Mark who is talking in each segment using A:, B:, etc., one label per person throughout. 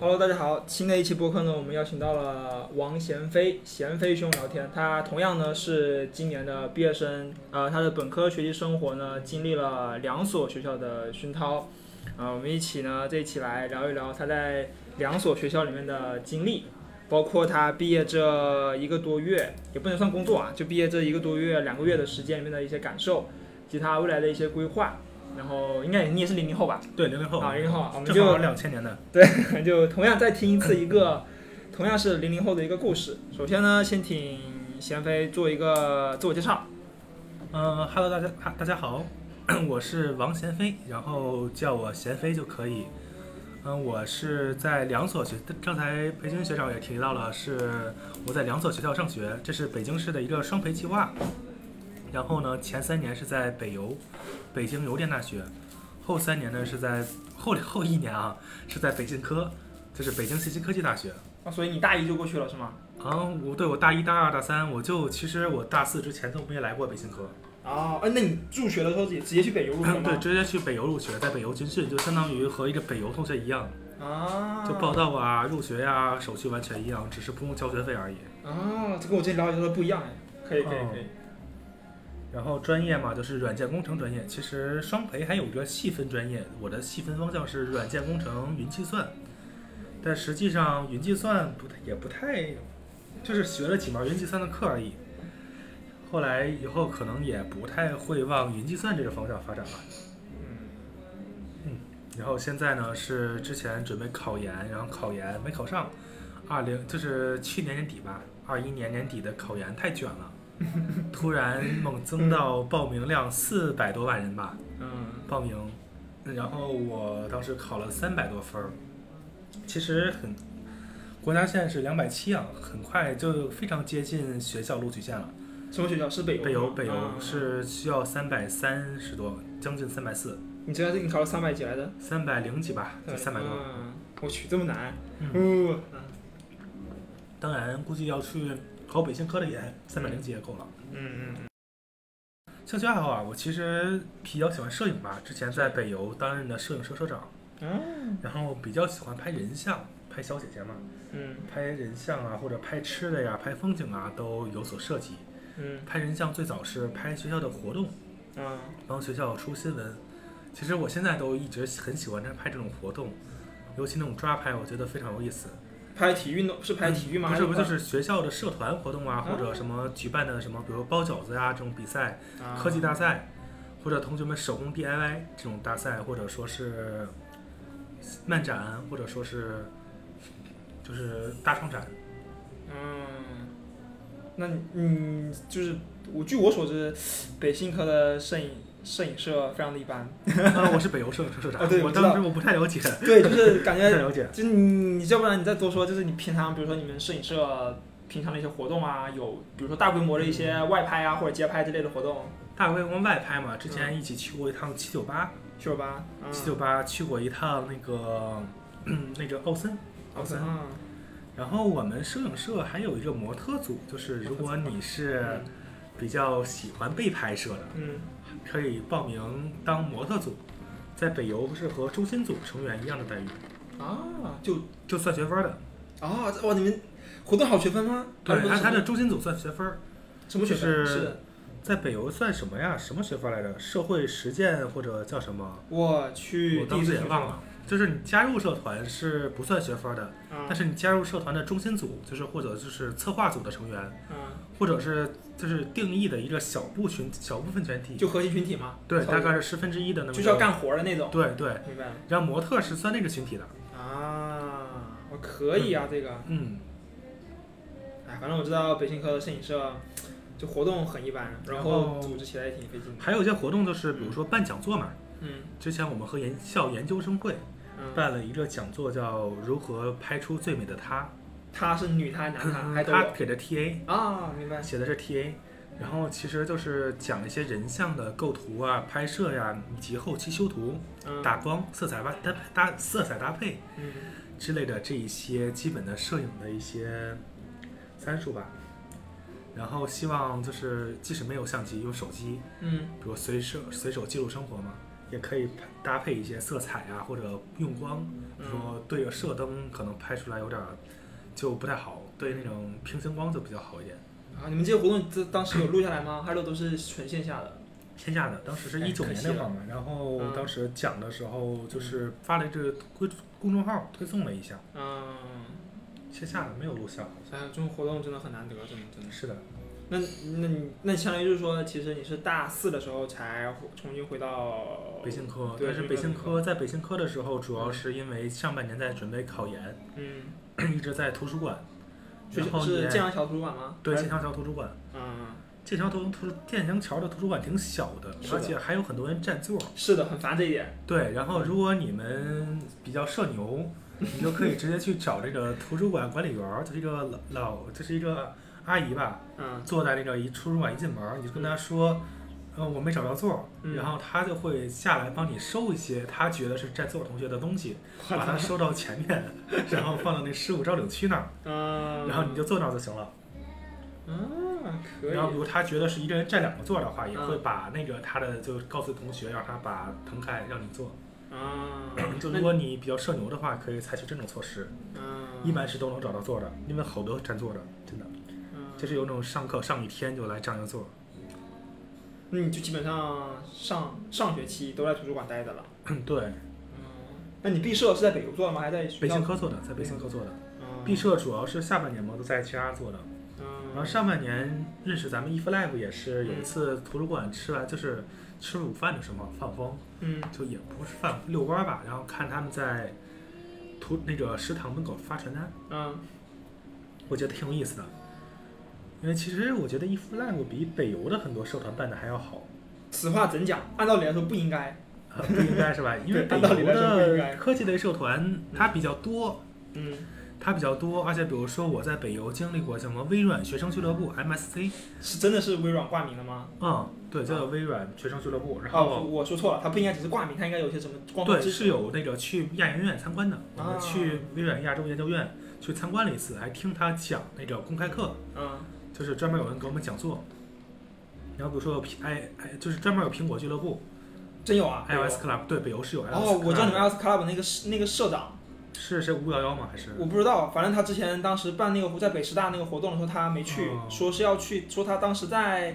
A: Hello，大家好，新的一期播客呢，我们邀请到了王贤飞，贤飞兄聊天。他同样呢是今年的毕业生，呃，他的本科学习生活呢经历了两所学校的熏陶，呃，我们一起呢这一起来聊一聊他在两所学校里面的经历，包括他毕业这一个多月，也不能算工作啊，就毕业这一个多月、两个月的时间里面的一些感受，及他未来的一些规划。然后应该也你也是零零后吧？
B: 对，零零后
A: 啊，零零后啊，我们
B: 正好
A: 就
B: 两千年的，
A: 就同样再听一次一个，同样是零零后的一个故事。首先呢，先请贤飞做一个自我介绍。
B: 嗯哈喽，大家哈大家好，我是王贤飞，然后叫我贤飞就可以。嗯，我是在两所学，刚才裴军学长也提到了，是我在两所学校上学，这是北京市的一个双培计划。然后呢，前三年是在北邮，北京邮电大学，后三年呢是在后后一年啊是在北信科，就是北京信息科技大学。
A: 啊，所以你大一就过去了是吗？
B: 啊，我对我大一、大二、大三，我就其实我大四之前都没来过北信科，
A: 啊，哎，那你入学的时候直接直接去北邮入学
B: 对，
A: 吗？
B: 直接去北邮入学，在北邮军训，就相当于和一个北邮同学一样，
A: 啊，
B: 就报道啊、入学呀、手续完全一样，只是不用交学费而已。
A: 啊，这跟我之前了解到的不一样哎。可以可以
B: 哦
A: 可以。
B: 然后专业嘛，就是软件工程专业。其实双培还有一个细分专业，我的细分方向是软件工程、云计算。但实际上，云计算不太也不太，就是学了几门云计算的课而已。后来以后可能也不太会往云计算这个方向发展了。
A: 嗯，
B: 然后现在呢是之前准备考研，然后考研没考上，二零就是去年年底吧，二一年年底的考研太卷 了，突然猛增到报名量四百多万人吧
A: 嗯，
B: 报名，然后我当时考了三百多分儿，其实很，国家线是两百七啊，很快就非常接近学校录取线了。
A: 什么学校？是北邮吗。
B: 北邮北
A: 啊
B: 邮。是需要三百三十多，将近三百四，
A: 你知道你考了三百几来的？
B: 三百零几吧，就三百多。
A: 嗯我去，这么难。
B: 嗯
A: 嗯。
B: 当然，估计要去考北信科的也三百零几也够了。
A: 嗯嗯嗯。
B: 兴趣爱好啊，我其实比较喜欢摄影吧，之前在北邮担任的摄影社社长，
A: 嗯
B: 然后比较喜欢拍人像，拍小姐姐嘛，
A: 嗯
B: 拍人像啊，或者拍吃的呀、拍风景啊，都有所涉及。
A: 嗯
B: 拍人像最早是拍学校的活动，
A: 啊
B: 帮学校出新闻。其实我现在都一直很喜欢拍这种活动，尤其那种抓拍，我觉得非常有意思。
A: 拍体育运动是拍体育吗？
B: 不是，不
A: 还
B: 就是学校的社团活动啊，或者什么举办的什么，比如包饺子呀、这种比赛，
A: 啊
B: 科技大赛，或者同学们手工 DIY 这种大赛，或者说是漫展，或者说是就是大创 展。
A: 嗯，那你嗯，就是我据我所知，北信科的摄影摄影社非常的一般。
B: 啊，我是北邮社社社长，
A: 啊对
B: 我
A: 我知道
B: 当时我不太了解，
A: 对，就是感
B: 不太
A: 觉，
B: 了解。
A: 就你要不然你再多说，就是你平常比如说你们摄影社平常的一些活动啊，有比如说大规模的一些外拍啊或者街拍之类的活动，
B: 大规模外拍嘛，之前一起去过一趟嗯七九八，
A: 去吧？嗯
B: 七九八去过一趟那个 那个奥森。
A: 奥森，
B: 然后我们摄影社还有一个模特组，嗯就是如果你是比较喜欢被拍摄的，
A: 嗯
B: 可以报名当模特组。在北邮是和中心组成员一样的待遇，
A: 啊，就
B: 就算学分的。
A: 啊哇，你们活动好学分吗？还
B: 对，
A: 是
B: 他
A: 什
B: 他
A: 么
B: 的中心组算学分，
A: 什么学
B: 就
A: 分？
B: 是
A: 是
B: 在北邮算什么呀？什么学分来着？社会实践或者叫什么？
A: 我去，
B: 我当时也忘了。就是你加入社团是不算学分的，
A: 啊。
B: 但是你加入社团的中心组，就是或者就是策划组的成员，
A: 嗯，
B: 或者是就是定义的一个小部群小部分群体，
A: 就核心群体嘛，
B: 对，
A: 稍微
B: 大概是十分之一的那么一
A: 就
B: 个
A: 是要干活的那种，
B: 对对，
A: 明白了。
B: 然后模特是算那个群体的，
A: 啊，我可以啊，这个，
B: 嗯，
A: 哎，反正我知道北信科的摄影社就活动很一般，然
B: 然
A: 后
B: 后
A: 组织起来也挺费劲的。
B: 还有一些活动就是比如说办讲座嘛，
A: 嗯
B: 之前我们和研校研究生会
A: 嗯，
B: 办了一个讲座，叫如何拍出最美的她，
A: 他是女他男他还都
B: 嗯他
A: 有
B: 给的 TA
A: 啊，明白。
B: 写的是 TA，然后其实就是讲一些人像的构图啊、拍摄呀、以及后期修图、
A: 嗯
B: 打光、色彩搭搭搭色彩搭配
A: 嗯
B: 之类的这一些基本的摄影的一些参数吧。然后希望就是即使没有相机，用手机，
A: 嗯
B: 比如随手随手记录生活嘛，也可以拍搭配一些色彩啊，或者用光，比如
A: 嗯
B: 说对着射灯可能拍出来有点儿就不太好，对那种平行光就比较好一点。
A: 啊，你们这些活动这当时有录下来吗？还是都是纯线下的？
B: 线下的，当时是
A: 哎
B: 一九
A: 可
B: 年
A: 惜
B: 那会
A: 了
B: 儿嘛，然后
A: 嗯
B: 当时讲的时候就是发了这个公公众号推送了一下，
A: 嗯，
B: 线下的没有录像好
A: 哎呀，这种活动真的很难得，真的真
B: 像。
A: 的。
B: 是的，
A: 那那你那相当于就是说，其实你是大四的时候才重新回到
B: 北信科，
A: 对
B: 但是北信
A: 那
B: 科在北信科的时候，主要是因为上半年在准备考研，
A: 嗯，
B: 一直在图书馆，
A: 学
B: 然后
A: 是
B: 也
A: 建阳桥图书馆吗？
B: 对
A: 还
B: 剑
A: 是
B: 桥桥图书馆，
A: 嗯，
B: 剑桥图图剑桥桥的图书馆挺小的，
A: 是的
B: 而且还有很多人占座。
A: 是的，很烦这一点。
B: 对，然后如果你们比较社牛，你就可以直接去找这个图书馆管理员儿，就是一个老老，就是一个阿姨吧，
A: 嗯
B: 坐在那个一图书馆一进门儿，你就跟她说，呃，我没找到座儿，
A: 嗯
B: 然后她就会下来帮你收一些她觉得是占座儿同学的东 西，
A: 我
B: 把它
A: 操
B: 收到前面，然后放到那十五招领区那儿，
A: 嗯，
B: 然后你就坐那儿就行了。
A: 嗯可以
B: 然后，比如他觉得是一个人占两个座儿的话，也
A: 嗯
B: 会把那个他的就告诉同学，让他把腾开让你坐。
A: 嗯，
B: 就
A: 那
B: 如果你比较社牛的话，可以采取这种措施，
A: 嗯
B: 一般是都能找到座儿的，因为好多占座儿的，真的
A: 嗯
B: 就是有那种上课上一天就来占一个座
A: 那你就基本上上上学期都在图书馆待着了。
B: 儿。对，
A: 嗯，那你毕设是在北邮做的吗？还是在学
B: 北
A: 校
B: 信？科做的，在北信科做的。
A: 嗯
B: 毕，设主要是下半年嘛，都在家做的。
A: 嗯
B: 然后上半年认识咱们 If Live 也是
A: 嗯
B: 有一次图书馆吃完就是吃午饭的时候放风，
A: 嗯
B: 就也不是饭遛弯儿吧，然后看他们在图那个食堂门口发传单，
A: 嗯
B: 我觉得挺有意思的。因为其实我觉得 if live 比北邮的很多社团办的还要好，
A: 此话怎讲？按道理来说不应该。
B: 啊不应该是 吧？因为北
A: 按
B: 邮
A: 道理来说不应该
B: 的科技类社团它比较多，
A: 嗯，
B: 它比较多，而且比如说我在北邮经历过什么微软学生俱乐部 MSC，
A: 是真的是微软挂名了吗？
B: 嗯，对，叫做微软学生俱乐部，然
A: 哦，
B: 后
A: 我说错了，它不应该只是挂名，它应该有些什么光
B: 对，
A: 环支
B: 是
A: 持。
B: 有那个去亚研院参观的，我
A: 啊
B: 们去微软亚洲研究院去参观了一次，还听他讲那个公开课，
A: 嗯
B: 就是专门有人给我们讲座。然后比如说有苹哎哎，就是专门有苹果俱乐部
A: 真有啊
B: iOS Club，对，北邮是有 iOS 嗯
A: 哦，我知道你们
B: Club
A: iOS Club 那个是那个社长，
B: 是是五幺幺吗？还是
A: 我不知道，反正他之前当时办那个在北师大那个活动的时候，他没去，
B: 哦
A: 说是要去，说他当时在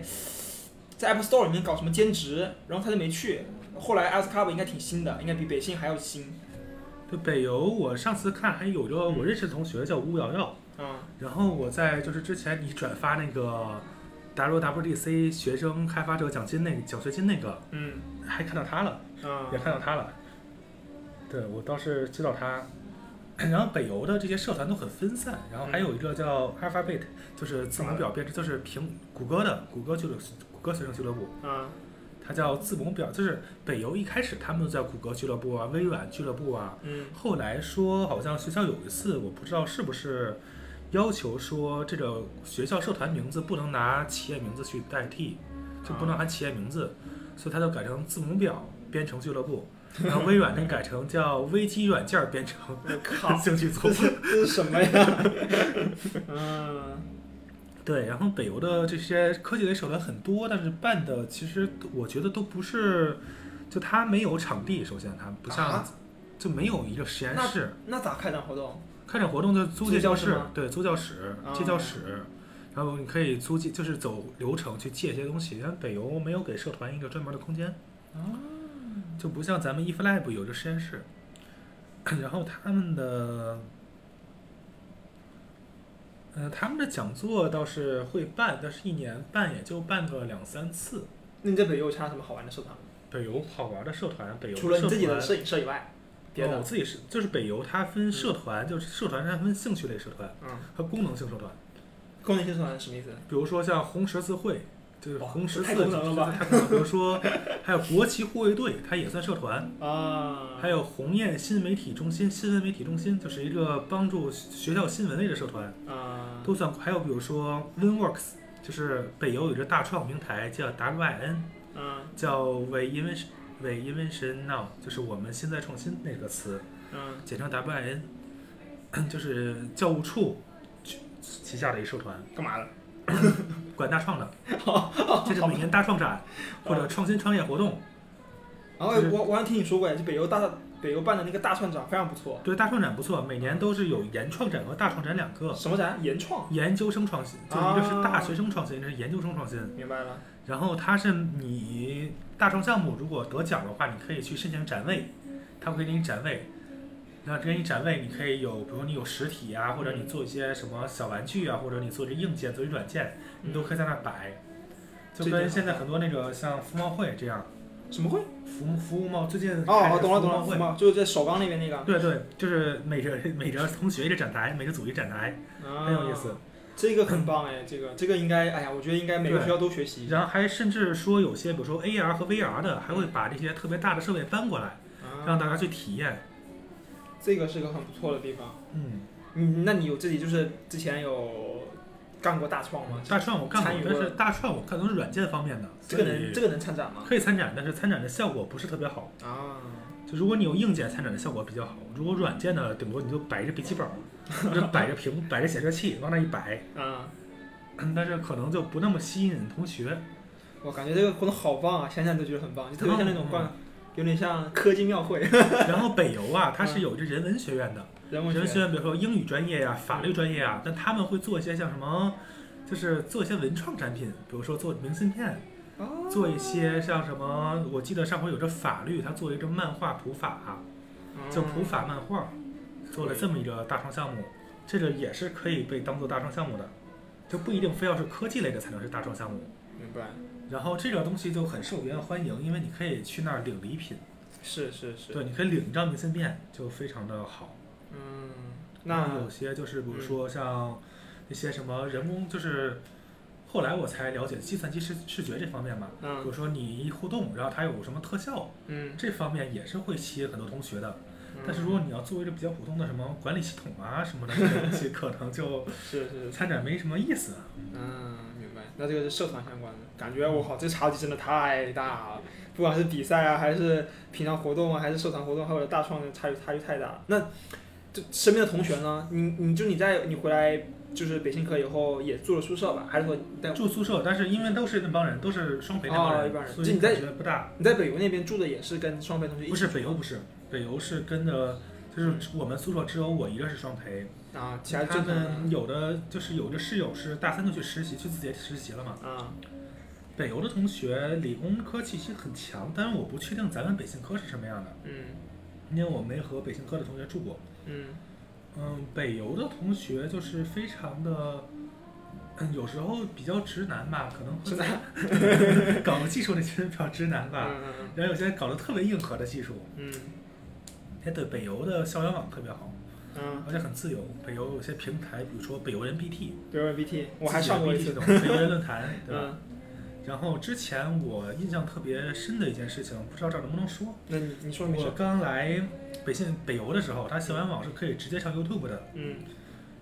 A: 在 App Store 里面搞什么兼职，然后他就没去。后来 iOS Club 应该挺新的，应该比北信还要新。
B: 对北邮？我上次看还有个
A: 嗯
B: 我认识的同学叫吴瑶瑶，
A: 嗯
B: 然后我在就是之前你转发那个 WWDC 学生开发者奖金那个奖学金那个，
A: 嗯
B: 还看到他了。也
A: 嗯
B: 看到他了。对，我倒是知道他。然后北邮的这些社团都很分散，然后还有一个叫 Alphabet，就是字母表编制，就是苹谷歌的谷歌俱乐谷歌学生俱乐部，
A: 嗯
B: 它叫字母表，就是北邮一开始他们都叫谷歌俱乐部啊、微软俱乐部啊，
A: 嗯
B: 后来说好像学校有一次，我不知道是不是要求说这个学校社团名字不能拿企业名字去代替，就不能喊企业名字，所以它就改成字母表编程俱乐部，然后微软那改成叫微机软件编程
A: 我靠，
B: 兴趣
A: 这
B: 组。
A: 是 这是什么呀？ 嗯
B: 对，然后北邮的这些科技类社团很多，但是办的其实都我觉得都不是，就它没有场地，首先它不像，
A: 啊
B: 就没有一个实验室，
A: 那咋开展活动？
B: 开展活动就租借教
A: 租
B: 室
A: 教室吗，
B: 对，租教室
A: 啊、
B: 借教室。然后你可以租借，就是走流程去借一些东西。但北邮没有给社团一个专门的空间，
A: 哦
B: 就不像咱们 if lab 有一个实验室， 然后他们的，呃，他们的讲座倒是会办，但是一年办也就办个两三次。
A: 那你在北邮有参加什么好玩的社团吗？
B: 北邮好玩的社团，北邮
A: 除了你自己的
B: 社
A: 摄影社以外，别
B: 团，哦，
A: 的
B: 我自己是就是北邮，它分社团，就是社团它分兴趣类社团
A: 嗯，
B: 和功能性社团，
A: 功能性社团是什么意思？
B: 比如说像红十字会。就是
A: 哇
B: 红十字，
A: 太功能了吧
B: 它可能比如说，还有国旗护卫队，它也算社团。
A: 啊，
B: 还有鸿雁新媒体中心，新闻媒体中心就是一个帮助学校新闻类的社团，
A: 啊，
B: 都算。还有比如说 WinWorks，就是北邮有一个大创平台叫 WIN，
A: 嗯
B: 叫 We Invention We Invention Now，就是我们现在创新那个词，
A: 嗯
B: 简称 WIN，就是 教务处旗下的一社团，
A: 干嘛了？
B: 管大创的，这是每年大创展或者创新创业活动。
A: 然后我我还听你说过，就北邮大北邮办的那个大创展非常不错，
B: 对，大创展不错，每年都是有研创展和大创展两个。
A: 什么展？原创，
B: 研究生创新，就一个是大学生创新，一个是研究生创新。
A: 明白了。
B: 然后它是你大创项目如果得奖的话，你可以去申请展位，他会给你展位。那给你展位，你可以有，比如说你有实体啊，或者你做一些什么小玩具啊，或者你做这硬件、做这软件，你嗯都可以在那儿摆。
A: 嗯这
B: 就
A: 点
B: 跟
A: 好
B: 现在很多那个像服贸会这样，
A: 嗯什么会？
B: 服服务贸最近开
A: 哦，
B: 的
A: 懂了懂
B: 服
A: 了，
B: 贸会
A: 服贸就是在首钢那边那个，
B: 对对，就是每个每个同学一个展台，每个组一个展台，
A: 啊
B: 很有意思。。
A: 这个很棒哎，这个这个应该，哎呀，我觉得应该每个
B: 对
A: 学校都学习一下。
B: 然后还甚至说有些，比如说 AR 和 VR 的，还会把这些特别大的设备搬过来，让
A: 啊，
B: 大家去体验。
A: 这个是个很不错的地方。
B: 嗯，
A: 嗯，那你有自己就是之前有干过大创吗？
B: 大创我干
A: 啊参与
B: 过，
A: 过
B: 但是大创我看都是软件方面的，
A: 这个
B: 所以
A: 能这个能参展吗？
B: 可以参展，但是参展的效果不是特别好。
A: 啊，
B: 就如果你有硬件参展的效果比较好，如果软件呢，顶多你就摆一个笔记本，或者摆着屏，摆着显示器往那一摆，
A: 啊，
B: 但是可能就不那么吸引同学。
A: 我感觉这个活动好棒啊，想想都觉得很棒，就特别像那
B: 嗯
A: 种办，有点像科技庙会，
B: 然后北邮啊，它是有这人文学院的。
A: 人
B: 我觉
A: 文嗯
B: 得
A: 学
B: 现在比如说英语专业呀、法律专业呀、但他们会做一些像什么，就是做一些文创产品，比如说做明信片，
A: 啊，
B: 做一些像什么，我记得上回有这法律，他做了一个漫画普法，啊叫普
A: 嗯
B: 法漫画，做了这么一个大创项目，这个也是可以被当做大创项目的，就不一定非要是科技类的才能是大创项目。
A: 明白，
B: 然后这个东西就很受别人欢迎，因为你可以去那儿领礼品，
A: 是是是，
B: 对，你可以领一张明信片，就非常的好。
A: 嗯，
B: 那
A: 那嗯
B: 有些就是比如说像一些什么人工，就是后来我才了解计算机视视觉这方面嘛。比
A: 嗯
B: 如说你一互动，然后它有什么特效，
A: 嗯，
B: 这方面也是会吸引很多同学的。但是
A: 嗯
B: 如果你要做一个比较普通的什么管理系统啊什么的这种东西，可能就是
A: 是
B: 参展没什么意思。啊
A: 嗯，明白。那这个是社团相关的，感觉我靠，这差距真的太大了。不管是比赛啊，还是平常活动啊，还是社团活动，还有大创的差距差距太大了。那就身边的同学呢？你你就你在你回来就是北新科以后也住了宿舍吧？还是说你在
B: 住宿舍，但是因为都是那帮人，都是双培那帮
A: 哦一帮
B: 人，
A: 人
B: 所
A: 就
B: 以
A: 你在
B: 感觉不大。
A: 你在北邮那边住的也是跟双培同学一起？
B: 不是北邮不是，北邮是跟着，就是我们宿舍只有我一个是双培，
A: 啊，其
B: 他
A: 正常
B: 们
A: 的
B: 有的就是有的室友是大三就去实习，去字节实习了嘛。
A: 啊，
B: 北邮的同学理工科气息很强，但是我不确定咱们北信科是什么样的，
A: 嗯
B: 因为我没和北信科的同学住过。
A: 嗯
B: 嗯，北邮的同学就是非常的，嗯有时候比较直男吧，可能 会在搞技术的其实比较直男吧，
A: 嗯嗯
B: 然后有些搞得特别硬核的技术。
A: 嗯
B: 哎，对，北邮的校园网特别好，
A: 嗯，
B: 而且很自由。北邮有些平台，比如说北邮人 BT，
A: 北邮 BT，我还上过一
B: 自己
A: 次
B: 的 BT 这种北 邮人论坛，对吧？
A: 嗯，
B: 然后之前我印象特别深的一件事情，不知道这儿能不能说。
A: 那你你说没
B: 我
A: 事？
B: 刚来北信北邮的时候，它校园网是可以直接上 YouTube 的，
A: 嗯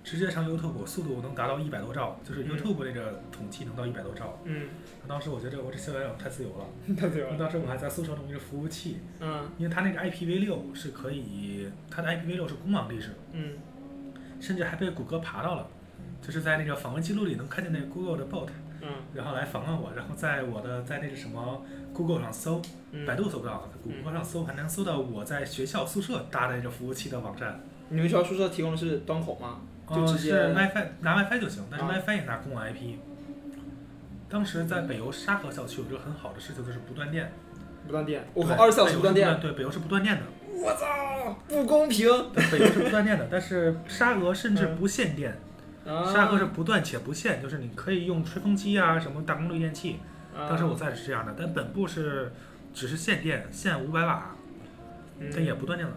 B: 直接上 YouTube 速度能达到一百多兆，就是
A: 嗯
B: YouTube 那个统计能到一百多兆。
A: 嗯，
B: 当时我觉得我这校园网太自由了。
A: 太自由了，
B: 当时我还在宿舍弄一个服务器，
A: 嗯
B: 因为它那个 IPv6 是可以，它的 IPv6 是公网地址，
A: 嗯。
B: 甚至还被谷歌爬到了，就是在那个访问记录里能看见那个 Google 的 bot，
A: 嗯
B: 然后来访问我，然后在我的在那个什么 Google 上搜。
A: 嗯
B: 百度搜不到，在谷歌上搜还能搜到我在学校宿舍搭的一个服务器的网站，
A: 你们学校宿舍提供的是端口吗？就
B: 呃
A: 直
B: 是
A: 接
B: WiFi 拿 WiFi 就行，但是
A: 啊
B: WiFi 也拿公共 IP。当时在北邮沙河校区有一个很好的事情，就是不断电。
A: 不断电，哎我靠，
B: 对
A: 哦二十四小时
B: 北邮
A: 不断
B: 是
A: 电，
B: 对，北邮是不断电的，
A: 我操，不公平！
B: 对北邮是不断电的，但是沙俄甚
A: 嗯
B: 至不限电，
A: 啊
B: 沙俄是不断且不限，就是你可以用吹风机啊，什么大功率电器。
A: 啊
B: 当时我在是这样的，但本部是只是限电，限五百瓦，
A: 嗯，
B: 但也不断电了。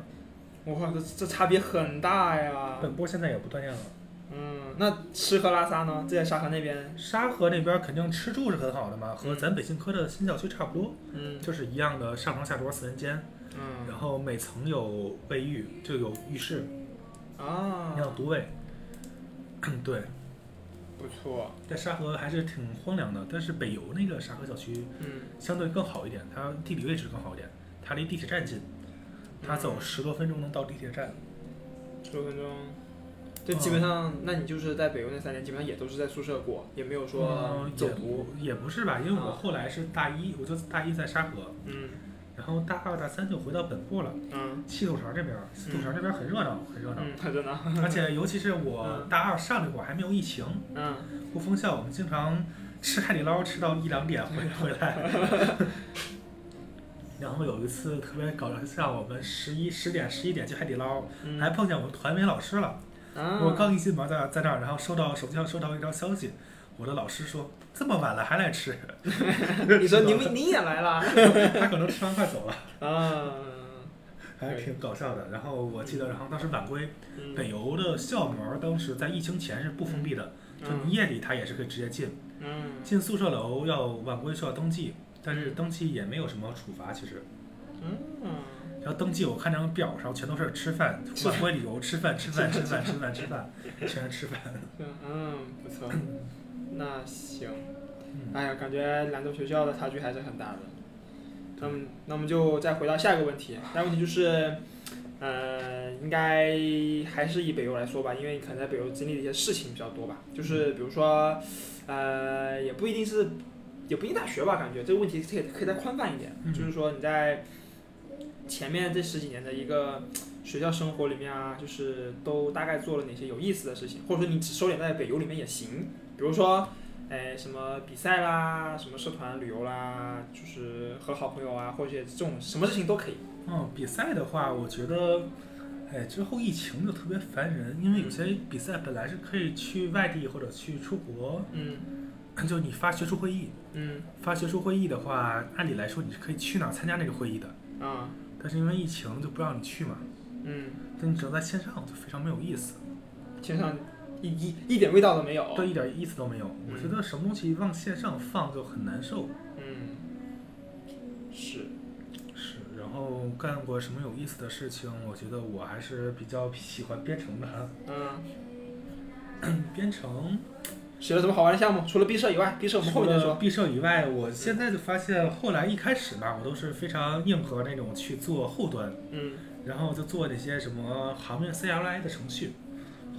A: 我靠，这这差别很大呀。
B: 本部现在也不断电了。
A: 嗯，那吃喝拉撒呢？这在沙河那边，
B: 沙河那边肯定吃住是很好的嘛，和
A: 嗯
B: 咱北信科的新校区差不多，
A: 嗯
B: 就是一样的上床下桌四人间，然
A: 嗯
B: 后每层有卫浴，就有浴室，你有
A: 啊，
B: 独卫。 对，
A: 不错，
B: 在沙河还是挺荒凉的，但是北邮那个沙河小区
A: 嗯，
B: 相对更好一点，它地理位置更好一点，它离地铁站近，它走十多分钟能到地铁站。
A: 十五分钟。就基本上，那你就是在北邮那三年，基本上也都是在宿舍过，也没有说
B: 嗯
A: 走
B: 也
A: 读。
B: 不也不是吧，因为我
A: 啊
B: 后来是大一，我就大一在沙河，
A: 嗯
B: 然后大二大三就回到本部了，
A: 嗯
B: 七土城这边儿，七土城这边儿很热闹，很热 闹。
A: 嗯，真的，
B: 而且尤其是我
A: 嗯
B: 大二上那会儿还没有疫情，
A: 嗯
B: 不封校，我们经常吃海底捞吃到一两点回 回来。 然后有一次特别搞笑，我们十一十点十一点去海底捞，
A: 嗯，
B: 还碰见我们团委老师了。
A: 啊
B: 我刚一进门在在那儿，然后收到手机上收到一条消息，我的老师说这么晚了还来吃，
A: 你说你们你也来了
B: 他可能吃完饭 走了，
A: 啊？
B: 还挺搞笑的。然后我记得，然后当时晚归
A: 嗯
B: 北邮的校门当时在疫情前是不封闭的，就
A: 嗯
B: 夜里他也是可以直接进。
A: 嗯
B: 进宿舍楼要晚归是要登记，但是登记也没有什么处罚，其实。
A: 嗯，
B: 然后登记我看那张表上全都是吃饭，
A: 是
B: 晚归理由吃饭吃饭吃饭吃饭吃饭，全是吃饭。
A: 嗯，不错，那行，
B: 嗯
A: 哎呀，感觉兰州学校的差距还是很大的。那么，那我们就再回到下一个问题，下一个问题就是，呃，应该还是以北邮来说吧，因为你可能在北邮经历的一些事情比较多吧，就是比如说，呃，也不一定是，也不一定大学吧，感觉这个问题可以可以再宽泛一点，
B: 嗯
A: 就是说你在前面这十几年的一个学校生活里面啊，就是都大概做了哪些有意思的事情，或者说你只收敛在北邮里面也行，比如说，哎，什么比赛啦，什么社团旅游啦，就是和好朋友啊，或者这种什么事情都可以。
B: 嗯，比赛的话，我觉得，哎，之后疫情就特别烦人，因为有些比赛本来是可以去外地或者去出国，
A: 嗯
B: 就你发学术会议，
A: 嗯
B: 发学术会议的话，按理来说你是可以去哪儿参加那个会议的，
A: 啊
B: 但是因为疫情就不让你去嘛，
A: 嗯，
B: 但你只能在线上，就非常没有意思。
A: 天上一一一点味道都没有。
B: 对，一点意思都没有。我觉得什么东西往线上放就很难受。
A: 嗯，是，
B: 是，然后干过什么有意思的事情？我觉得我还是比较喜欢编程的。
A: 嗯，
B: 编程
A: 学了什么好玩的项目？除了毕设以外，毕设我们后
B: 除
A: 面再
B: 了
A: 说。
B: 毕设以外，我现在就发现，后来一开始吧，我都是非常硬核那种去做后端，
A: 嗯
B: 然后就做那些什么行业 CLI 的程序。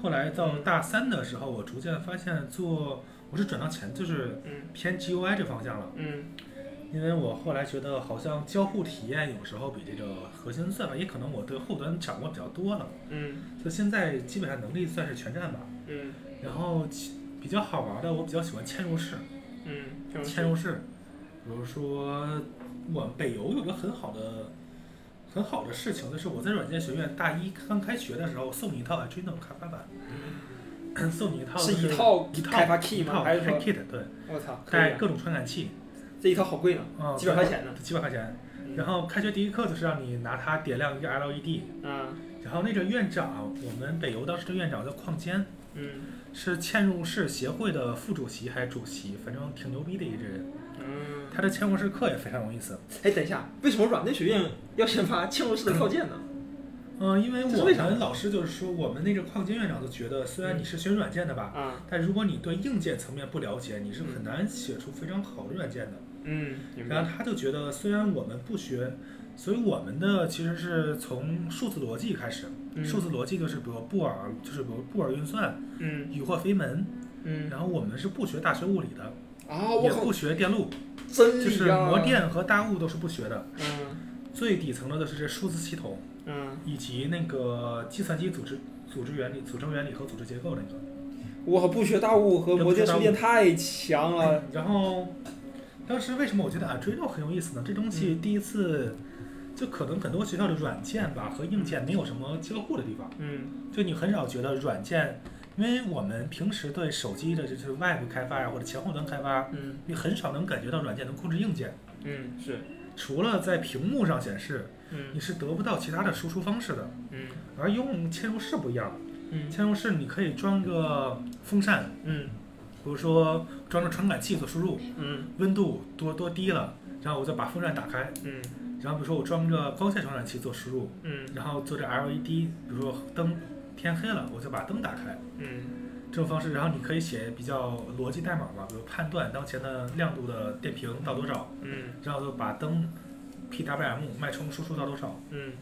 B: 后来到大三的时候，我逐渐发现做，我是转到前就是
A: 嗯
B: 偏 GUI 这方向了。
A: 嗯
B: 因为我后来觉得，好像交互体验有时候比这个核心算法，也可能我对后端掌握比较多了，
A: 嗯
B: 就现在基本上能力算是全占吧。
A: 嗯
B: 然后其比较好玩的，我比较喜欢嵌入式，
A: 嗯，这种
B: 嵌入式，比如说我们北邮有一个很好的。很好的事情就是我在软件学院大一刚开学的时候，送你一套 Arduino 开发板，送你一套
A: 是
B: 就
A: 一套
B: 一套
A: 开发 key
B: 一
A: 吗？
B: 套
A: 还是
B: 开
A: 说，
B: kit 对，
A: 我操，可以
B: 带
A: 啊，
B: 各种传感器，
A: 这一套好贵呢，
B: 嗯，
A: 几百块钱呢。
B: 几百块钱，
A: 嗯
B: 然后开学第一课就是让你拿它点亮一个 LED，
A: 嗯
B: 然后那个院长，我们北邮当时的院长叫邝坚，
A: 嗯
B: 是嵌入式协会的副主席还是主席，反正挺牛逼的一个人。
A: 嗯。
B: 他的嵌入式课也非常有意思。
A: 哎，等一下，为什么软件学院要先发嵌入式的套件呢？
B: 嗯，因为
A: 这是
B: 我
A: 为啥呢
B: 们老师就是说，我们那个邝坚院长就觉得，虽然你是学软件的吧，
A: 啊，
B: 但如果你对硬件层面不了解，你是很难写出非常好的软件的。
A: 嗯，明白。
B: 然后他就觉得，虽然我们不学，所以我们的其实是从数字逻辑开始。
A: 嗯
B: 数字逻辑就是比如布尔，就是比如布尔运算、
A: 嗯
B: 雨或飞门。
A: 嗯。
B: 然后我们是不学大学物理的，
A: 啊，我
B: 也
A: 靠，
B: 不学电路，
A: 真理啊！
B: 就是模。电和大物都是不学的。
A: 嗯
B: 最底层的就是这数字系统
A: 嗯，
B: 以及那个计算机组织组织原理、组成原理和组织结构那个。
A: 我不学大物和模电数电太强了。
B: 然后当时为什么我觉得 Arduino 很有意思呢？这东西
A: 嗯
B: 第一次。就可能很多学校的软件吧和硬件没有什么交互的地方，
A: 嗯
B: 就你很少觉得软件，因为我们平时对手机的就是外部开发呀或者前后端开发，
A: 嗯
B: 你很少能感觉到软件能控制硬件，
A: 嗯，是。
B: 除了在屏幕上显示，
A: 嗯
B: 你是得不到其他的输出方式的。
A: 嗯
B: 而用嵌入式不一样，
A: 嗯
B: 嵌入式你可以装个风扇，
A: 嗯
B: 比如说装个传感器做输入，
A: 嗯
B: 温度多多低了，然后我再把风扇打开，
A: 嗯
B: 然后比如说我装个光线传感器做输入，
A: 嗯
B: 然后做这 LED，比如说灯天黑了，我就把灯打开。
A: 嗯
B: 这种方式，然后你可以写比较逻辑代码嘛，比如判断当前的亮度的电平到多少，
A: 嗯
B: 然后就把灯 PWM 脉冲输出到多少，
A: 嗯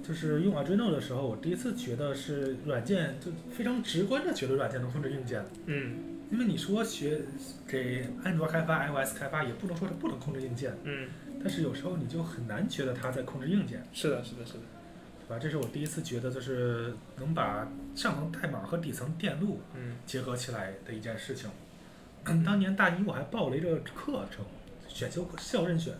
B: 就是用 Arduino 的时候，我第一次觉得是软件就非常直观的觉得软件能控制硬件，
A: 嗯，
B: 因为你说学给安卓开发、iOS 开发，也不能说它不能控制硬件，
A: 嗯，
B: 但是有时候你就很难觉得它在控制硬件，
A: 是的，是的，是的，
B: 对吧？这是我第一次觉得，就是能把上层代码和底层电路
A: 嗯
B: 结合起来的一件事情。 当年大一我还报了一个课程，选修课校任选，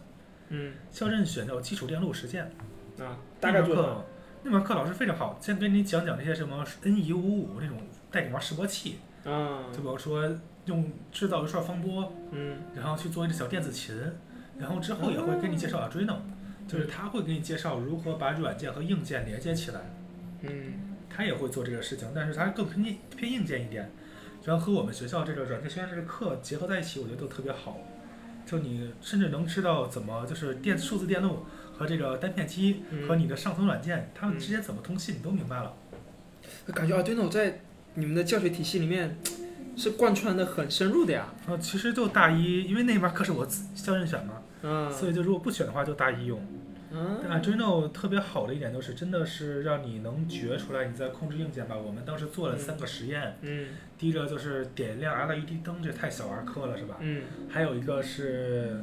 A: 嗯
B: 校任选叫基础电路实践。
A: 啊，大概做
B: 那门
A: 的，
B: 课那门课老师非常好，先跟你讲讲这些什么 N 一五五那种带给玩示波器，就
A: 嗯
B: 比如说用制造一串风波，
A: 嗯
B: 然后去做一个小电子琴，然后之后也会给你介绍 Arduino，就是他会给你介绍如何把软件和硬件连接起来，
A: 嗯
B: 他也会做这个事情，但是他更偏硬偏硬件一点，然后和我们学校这个软件学院这个课结合在一起，我觉得都特别好。就你甚至能知道怎么就是电数字电路和这个单片机
A: 嗯，
B: 和你的上层软件，它们
A: 嗯
B: 之间怎么通信，你都明白了。
A: 感觉啊 Arduino 在你们的教学体系里面是贯穿的很深入的呀，
B: 然后其实就大一，因为那门课是我自校任选嘛，
A: 嗯
B: 所以就如果不选的话，就大一用。
A: 嗯
B: 但 Arduino 特别好的一点就是，真的是让你能觉出来你在控制硬件吧。我们当时做了三个实验，
A: 嗯
B: 第一个就是点亮 LED 灯，这太小儿科了是吧？
A: 嗯
B: 还有一个是，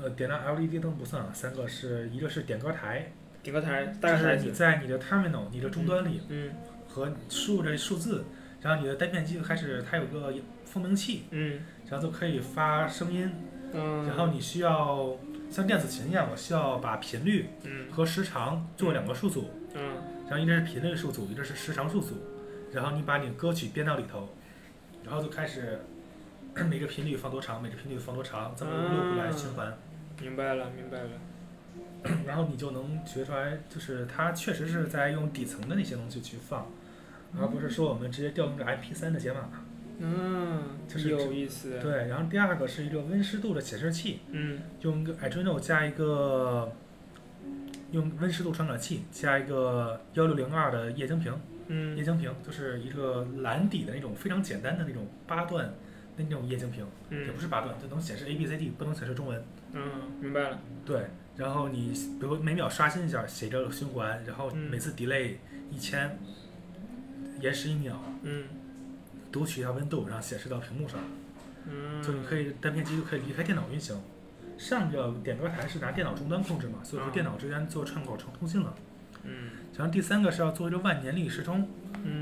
B: 呃，点亮 LED 灯不算啊，三个是一个是点歌台，
A: 顶个台，大
B: 就
A: 概是
B: 是你在你的 terminal 你的终端里
A: 嗯
B: 和输入这数字，然后你的单片机就开始它有个蜂鸣器，
A: 嗯
B: 然后就可以发声音，
A: 嗯，
B: 然后你需要像电子琴一样，我需要把频率
A: 嗯
B: 和时长做两个数组，
A: 嗯
B: 然后一个是频率数组，一个是时长数组，然后你把你歌曲编到里头，然后就开始 每个频率放多长，每个频率放多长，这么 loop 来循环，
A: 明白了明白了，
B: 然后你就能觉出来，就是它确实是在用底层的那些东西去放，而不是说我们直接调用个 MP3 的解码。
A: 嗯，
B: 就是
A: 有意思，
B: 对，然后第二个是一个温湿度的显示器，
A: 嗯
B: 用一个 Arduino 加一个用温湿度传感器加一个幺六零二的液晶屏，液
A: 嗯
B: 晶屏就是一个蓝底的那种非常简单的那种八段那种液晶屏，也
A: 嗯
B: 不是八段，就能显示 A B C D，不能显示中文。
A: 嗯，明白了，
B: 对，然后你比如每秒刷新一下，写着循环，然后
A: 嗯
B: 每次 delay 一千，延时一秒，
A: 嗯
B: 读取一下温度，然后显示到屏幕上。
A: 嗯，
B: 就你可以单片机就可以离开电脑运行。上个点歌台是拿电脑终端控制嘛，所以说
A: 嗯
B: 电脑之间做串口成通信了。
A: 嗯
B: 然后第三个是要做一个万年历时钟，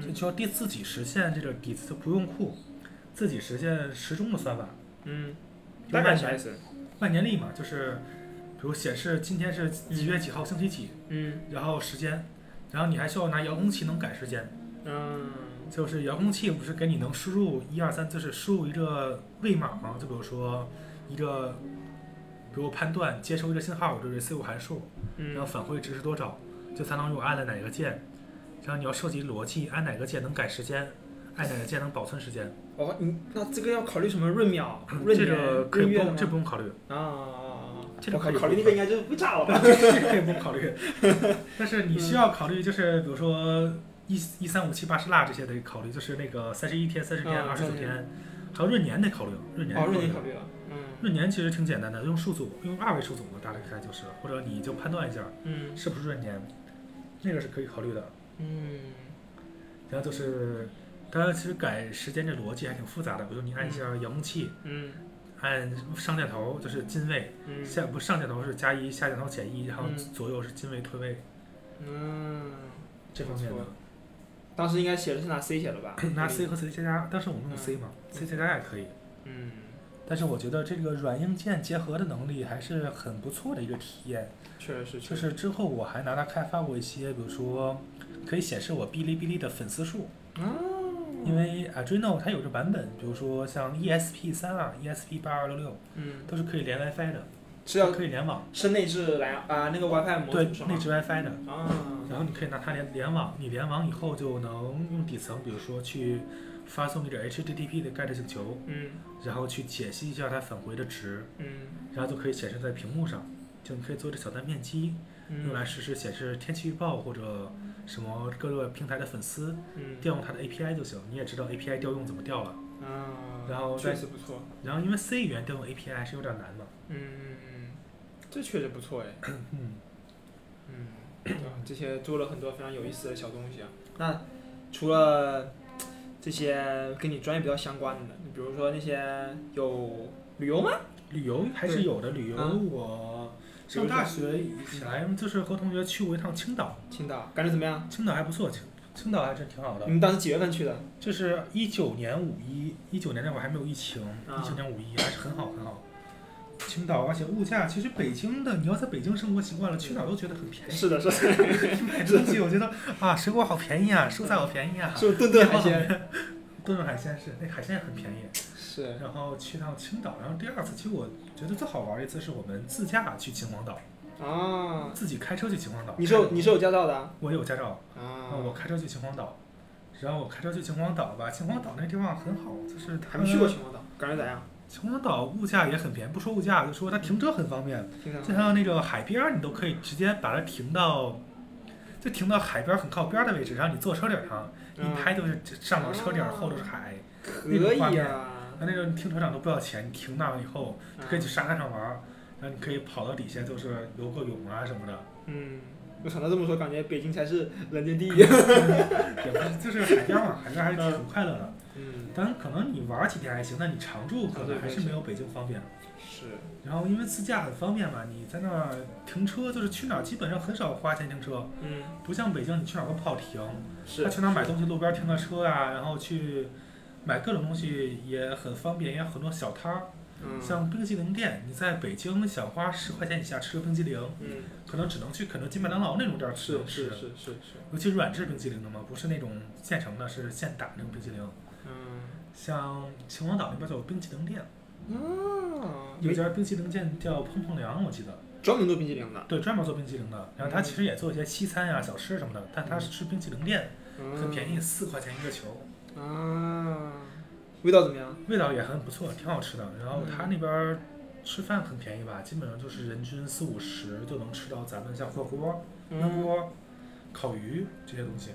B: 就
A: 嗯
B: 需要第自己实现这个底子不用库，自己实现时钟的算法。
A: 嗯，
B: 就
A: 大概
B: 万
A: 啥意
B: 年
A: 思？
B: 万年历嘛，就是比如显示今天是几月几号星期几，
A: 嗯
B: 然后时间，然后你还需要拿遥控器能改时间，
A: 嗯
B: 就是遥控器不是给你能输入一二三，就是输入一个位码嘛，就比如说一个，比如判断接收一个信号，我这 receive 函数，然后
A: 嗯
B: 返回值是多少，就相当于我按了哪个键，然后你要设计逻辑，按哪个键能改时间，按哪个键能保存时间，
A: 哦，你那这个要考虑什么闰秒、闰
B: 这
A: 年、
B: 个可
A: 闰
B: 以
A: 月的
B: 不用，
A: 吗
B: 这不用考虑，
A: 啊啊啊！啊
B: 这
A: 我
B: 个
A: 考
B: 可以
A: 考虑那个应该就不炸了吧？
B: 这个可以不用考 虑，但是你需要考虑就是比如说一一三五七八十蜡这些得考虑，就是那个三十一天、哦三十天、
A: 啊
B: 二十九
A: 30
B: 天，还有闰年得考虑，闰 年
A: 哦，
B: 得
A: 瑞典考虑了，嗯
B: 闰年其实挺简单的，用数组，用二位数组嘛，大概就是，或者你就判断一下
A: 嗯
B: 是不是闰年，那个是可以考虑的。
A: 嗯
B: 然后就是，它其实改时间这逻辑还挺复杂的，比如你按一下遥控器，
A: 嗯
B: 按上箭头就是进位，
A: 嗯
B: 下不上箭头是加一，下箭头减一，然后
A: 嗯
B: 左右是进位退位
A: 嗯，
B: 这方面
A: 不
B: 的？
A: 错。当时应该写的是 拿 C 写的吧
B: 拿 C 和 C 加加，当时我们用 C 嘛、c 加加也可以。
A: 嗯
B: 但是我觉得这个软硬件结合的能力还是很不错的一个体验。
A: 确实是，
B: 就
A: 确实
B: 是之后我还拿它开发过一些，比如说可以显示我哔哩哔哩的粉丝数，
A: 哦
B: 因为 Arduino 它有个版本，比如说像 ESP 三啊、ESP 八二六六
A: 嗯，
B: 都是可以连 WiFi 的，
A: 是要
B: 可以联网，
A: 是内置蓝啊那个 WiFi 模
B: 对
A: 组是，
B: 内
A: 吗？
B: 置 WiFi 的。
A: 啊，
B: 然后你可以拿它联联网，你联网以后就能用底层，比如说去发送一个 HTTP 的 GET 请求，
A: 嗯
B: 然后去解析一下它返回的值，
A: 嗯
B: 然后就可以显示在屏幕上。就你可以做这小单片机，用来
A: 嗯
B: 实时显示天气预报或者什么各个平台的粉丝
A: 嗯，
B: 调用它的 API 就行。你也知道 API 调用怎么调了。
A: 啊，
B: 然后
A: 确
B: 再
A: 实不错，
B: 然后因为 C 语言调用 API 还是有点难嘛。
A: 嗯嗯嗯，这确实不错哎。
B: 嗯，
A: 嗯，对啊这些做了很多非常有意思的小东西啊。那除了这些跟你专业比较相关的，比如说那些有旅游吗？
B: 旅游还是有的，旅游
A: 嗯
B: 我上大学以前就是和同学去过一趟青岛，
A: 青岛感觉怎么样？
B: 青岛还不错，青青岛还真挺好的
A: 你。们当时几月份去的？
B: 就是一九年五一，一九年那会儿还没有疫情，
A: 啊
B: 一九年五一还是很好很好。青岛，而且物价，其实北京的，你要在北京生活习惯了，去哪儿都觉得很便宜。
A: 是的，是的，
B: 买东西我 觉得啊，水果好便宜啊，蔬菜好便宜啊，
A: 是顿顿海 鲜。
B: 顿顿海鲜是，那海鲜也很便宜。
A: 是，
B: 然后去趟青岛，然后第二次，其实我觉得最好玩的一次是我们自驾去秦皇岛，
A: 啊，
B: 自己开车去秦皇岛。
A: 你是有你是有驾照的啊？
B: 我有驾照，
A: 啊
B: 我开车去秦皇岛，然后我开车去秦皇岛吧，秦皇岛那地方很好，就是它
A: 还没去过秦皇岛，感觉咋样？
B: 秦皇岛物价也很便宜，不说物价，就说它停车很方便。
A: 听
B: 就
A: 啥？
B: 像那个海边，儿，你都可以直接把它停到，就停到海边儿很靠边儿的位置，然后你坐车顶上，一拍就是上面车顶儿，
A: 哦
B: 后头是海。
A: 嗯可以啊，
B: 那那种停车场都不要钱，你停那了以后就 可以去
A: 啊
B: 沙滩上玩儿，然后你可以跑到底下就是游个泳啊什么的。
A: 嗯，我想到这么说，感觉北京才是人间第一。
B: 也不是，就是海边儿嘛，海边儿还是挺快乐的。
A: 嗯，
B: 但可能你玩儿几天还行，但你常住可
A: 常住
B: 能还是
A: 不行
B: 没有北京方便。
A: 是，
B: 然后因为自驾很方便嘛，你在那儿停车就是去哪儿基本上很少花钱停车，
A: 嗯，
B: 不像北京你去哪儿都不好停，
A: 是，
B: 他去哪儿买东西路边儿停个车啊，然后去买各种东西也很方便，也有很多小摊儿，
A: 嗯，
B: 像冰淇淋店，你在北京想花十块钱以下吃个冰淇淋，
A: 嗯，
B: 可能只能去肯德基、麦当劳那种店儿吃
A: 是
B: 能
A: 是
B: 吃，
A: 是是是，
B: 尤其软质冰淇淋的嘛，不是那种现成的，是现打那种冰淇淋。
A: 嗯，
B: 像秦皇岛那边就有冰淇淋店，
A: 啊，
B: 有一家冰淇淋店叫碰碰凉，我记得。
A: 专门做冰淇淋的，
B: 对，专门做冰淇淋的。
A: 嗯
B: 然后他其实也做一些西餐啊呀、小吃什么的，但他是吃冰淇淋店，很便宜，四块钱一个球，
A: 宜嗯啊，味道怎么样？
B: 味道也很不错，挺好吃的。然后
A: 嗯
B: 他那边儿吃饭很便宜吧，基本上就是人均四五十就能吃到咱们像火锅、牛
A: 嗯，
B: 锅、烤鱼这些东西。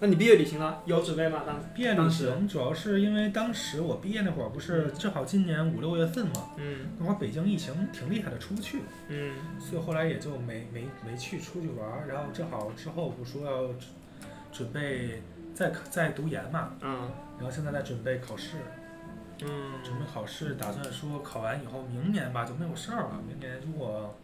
A: 那你毕业旅行呢？有准备吗？当时，
B: 毕业旅行主要是因为当时我毕业那会儿不是正好今年五六月份嘛，
A: 嗯
B: 那会儿北京疫情挺厉害的，出不去。
A: 嗯
B: 所以后来也就没没没去出去玩儿，然后正好之后不说要准准备再考再读研嘛，
A: 嗯
B: 然后现在在准备考试，准
A: 嗯，
B: 备考试，打算说考完以后明年吧就没有事儿了，明年如果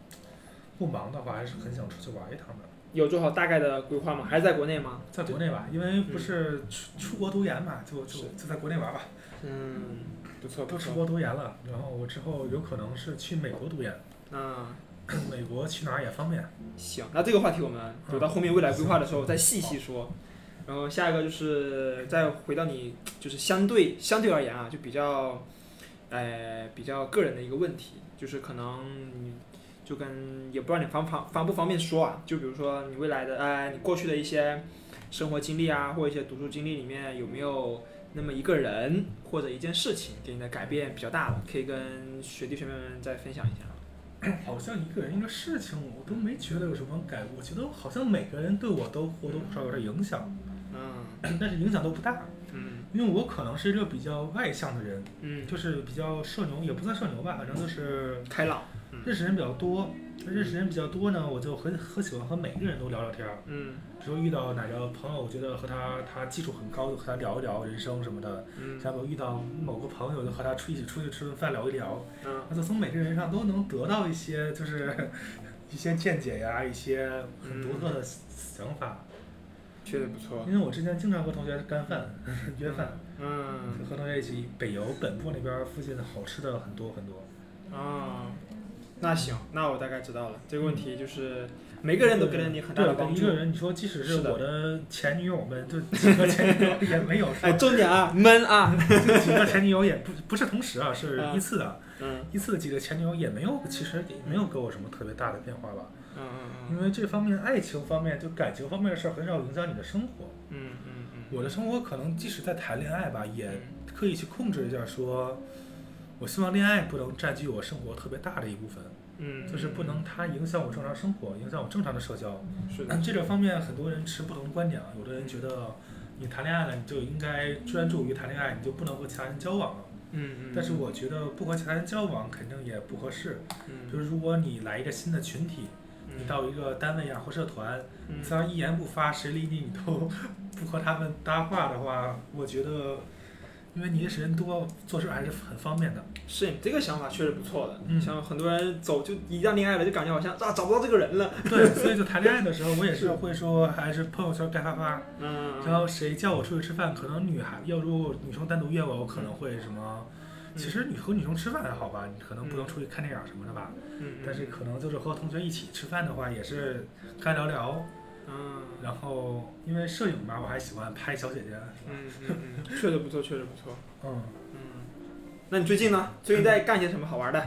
B: 不忙的话，还是很想出去玩一趟的。
A: 有做好大概的规划吗？还是在国内吗？
B: 在国内吧，因为不是出出国读研嘛，就就是就在国内玩吧，
A: 嗯，不错
B: 都出。国读研了，然后我之后有可能是去美国读研，
A: 嗯，
B: 美国去哪儿也方便。
A: 行，那这个话题我们留到后面未来规划的时候再细细说。然后下一个就是再回到你就是相对相对而言啊，就比较，呃，比较个人的一个问题，就是可能你就跟也不知道你方方方不方便说啊，就比如说你未来的哎，你过去的一些生活经历啊，或者一些读书经历里面有没有那么一个人或者一件事情给你的改变比较大的，可以跟学弟学妹们再分享一下。
B: 好像一个人一个事情，我都没觉得有什么改。我觉得好像每个人对我都或多或少有点影响，
A: 嗯
B: 但是影响都不大。
A: 嗯
B: 因为我可能是一个比较外向的人，
A: 嗯，
B: 就是比较社牛，也不算社牛吧，反正就是
A: 开朗。
B: 认识人比较多。认识人比较多呢，我就很很喜欢和每个人都聊聊天儿。
A: 嗯
B: 比如遇到哪个朋友，我觉得和他他技术很高，就和他聊一聊人生什么的。
A: 嗯
B: 像我遇到某个朋友，就和他出一起出去吃顿饭聊一聊。
A: 嗯
B: 那就从每个人身上都能得到一些，就是一些见解呀，一些很独
A: 嗯
B: 特的想法。
A: 确实不错。
B: 因为我之前经常和同学干饭、约饭，
A: 嗯
B: 就和同学一起北邮本部那边附近的好吃的很多很多。
A: 啊，那行，那我大概知道了。这个问题就是每个人都给了你很大
B: 对
A: 的
B: 对，啊
A: 帮
B: 一
A: 助
B: 个。人，你说即使是
A: 是的
B: 我的前女友们，就几个前女友也 没有
A: 哎，
B: 说，
A: 重点啊，闷啊。
B: 就几个前女友也不不是同时啊，是
A: 嗯
B: 依次的，
A: 嗯
B: 依次的几个前女友也没有，其实也没有给我什么特别大的变化吧。
A: 嗯嗯
B: 因为这方面爱情方面就感情方面的事儿很少影响你的生活。
A: 嗯嗯嗯
B: 我的生活可能即使在谈恋爱吧，也刻意去控制一下说。我希望恋爱不能占据我生活特别大的一部分，
A: 嗯，
B: 就是不能它影响我正常生活，影响我正常的社交。
A: 是的
B: 但。这个方面很多人持不同的观点啊，有的人觉得你谈恋爱了，你就应该专注于谈恋爱，你就不能和其他人交往了。
A: 嗯嗯。
B: 但是我觉得不和其他人交往肯定也不合适。
A: 嗯
B: 就是如果你来一个新的群体，你到一个单位呀或社团，
A: 嗯
B: 你要一言不发，谁理你你都 不和他们搭话的话，我觉得，因为你时间多，做事还是很方便的。
A: 是你这个想法确实不错的。
B: 嗯
A: 像很多人走就一旦恋爱了，就感觉好像啊找不到这个人了。
B: 对，所以就谈恋爱的时候，我也是会说，还是朋友圈该发发。
A: 嗯
B: 然后谁叫我出去吃饭，可能女孩要如果女生单独约我，我可能会什么。
A: 嗯
B: 其实你和女生吃饭还好吧，你可能不能出去看电影什么的吧，
A: 嗯，
B: 但是可能就是和同学一起吃饭的话，也是该聊聊。
A: 嗯
B: 然后因为摄影吧，我还喜欢拍小姐姐。
A: 嗯嗯嗯， 确实不错，确实不错。
B: 嗯，
A: 嗯，那你最近呢？最近在干些什么好玩的？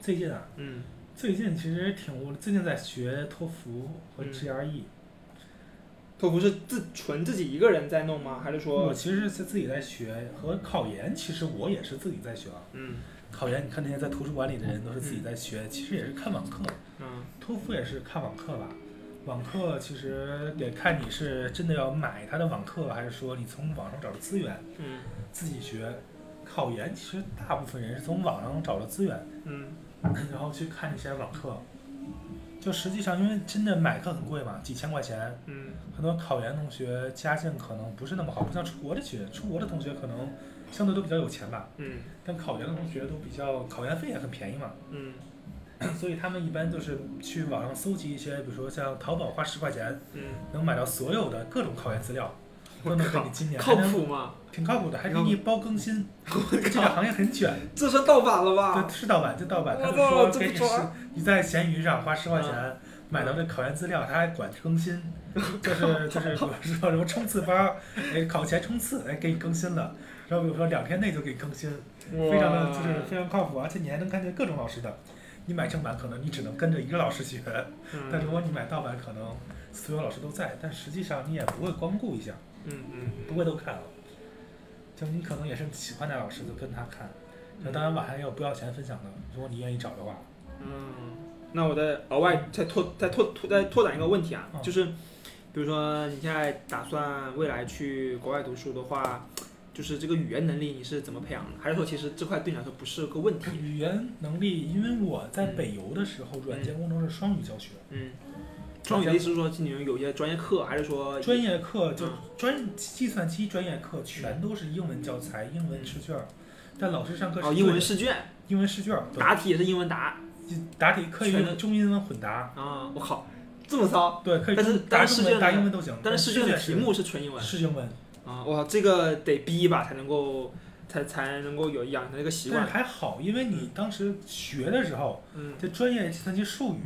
B: 最近啊，
A: 嗯
B: 最近其实挺无，最近在学托福和 E
A: 嗯
B: GRE。
A: 托福是自纯自己一个人在弄吗？还是
B: 我
A: 说，
B: 其实是自己在学，和考研其实我也是自己在学啊。
A: 嗯
B: 考研，你看那些在图书馆里的人都是自己在学，其实也是看网课，
A: 嗯
B: 托福也是看网课吧。网课其实得看你是真的要买他的网课，还是说你从网上找的资源
A: 嗯
B: 自己学。考研其实大部分人是从网上找的资源，
A: 嗯
B: 然后去看一些网课。就实际上，因为真的买课很贵嘛，几千块钱，
A: 嗯
B: 很多考研同学家境可能不是那么好，不像出国的学，出国的同学可能相对都比较有钱吧，
A: 嗯
B: 但考研的同学都比较考研费也很便宜嘛，
A: 嗯
B: 所以他们一般就是去网上搜集一些，比如说像淘宝花啊十块钱
A: 嗯，
B: 能买到所有的各种考研资料，
A: 我
B: 都能给
A: 靠
B: 你，今年
A: 靠
B: 还能
A: 谱 吗？
B: 挺靠谱的，还给你包更新，
A: 我
B: 这个
A: 靠，
B: 行业很卷，
A: 这算盗版了
B: 对，
A: 吧？
B: 是盗版就盗版，他
A: 啊我
B: 就
A: 操，
B: 说
A: 这
B: 给
A: 不嗯
B: 你十
A: 抓，
B: 你在闲鱼上花十块钱买到这考研资料，他还管更新， 就是就是比如说什么冲刺班，哎，考前冲刺，哎，给你更新了。然后比如说两天内就给你更新，非常的就是非常靠谱，而且你还能看见各种老师的。你买正版可能你只能跟着一个老师学，
A: 嗯
B: 但如果你买盗版，可能所有老师都在，但实际上你也不会光顾一下，
A: 嗯嗯
B: 不会都看了。就你可能也是喜欢哪老师就跟他看，那当然网上也有不要钱分享的，如果你愿意找的话。
A: 嗯，那我再额外再拓再拓拓再拓展一个问题啊，
B: 嗯
A: 就是比如说你现在打算未来去国外读书的话，就是这个语言能力你是怎么培养的？还是说其实这块对你来说不是个问题？
B: 语言能力，因为我在北邮的时候，软件工程是双语教学，
A: 嗯，双语的意思是说你们有一些专业课，还是说
B: 专业课就
A: 嗯
B: 专计算机专业课全都是英文教材、英文试卷儿，但老师上课
A: 哦
B: 是
A: 英文
B: 对
A: 试卷
B: 的英文试卷儿，对
A: 答题也是英文答
B: 答题可以
A: 全都
B: 用中英文混答，
A: 啊？我靠，这么骚！
B: 对，可以
A: 但是
B: 中答
A: 但是
B: 中
A: 试卷
B: 文、答
A: 的
B: 英文都行，
A: 但是试卷的题目是纯英文
B: 是英文，
A: 啊！我靠，这个得逼吧才能够才才能够有养成这个习
B: 但
A: 惯
B: 是。还好，因为你当时学的时候，
A: 嗯
B: 这专业计算机术语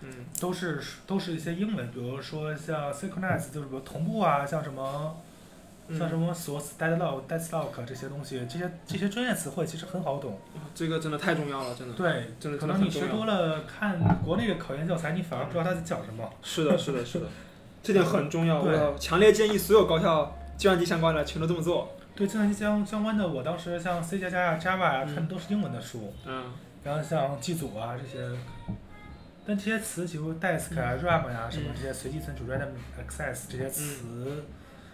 A: 嗯
B: 都是都是一些英文，比如说像 synchronize 就是比如同步啊，像什么。
A: 嗯，
B: 像什么锁死、deadlock、deadlock 啊这些东西，这些这些专业词汇其实很好懂。
A: 嗯这个真的太重要了，真的。
B: 对，
A: 真的真
B: 可
A: 的
B: 能
A: 很
B: 你
A: 重
B: 学
A: 要
B: 多了，看国内的考研教材，你反而不知道他在讲什么。
A: 是的，是的，是的， 这点很重要。
B: 对
A: 我强烈建议所有高校计算机相关的全都这么做。
B: 对计算机相相关的，我当时像 C 加加啊、Java 啊，
A: 嗯
B: 看的都是英文的书，
A: 嗯
B: 然后像机组啊这些。但这些词，比如 desk 啊、RAM 呀、什么
A: 嗯
B: 这些随机存储、random access 这些词，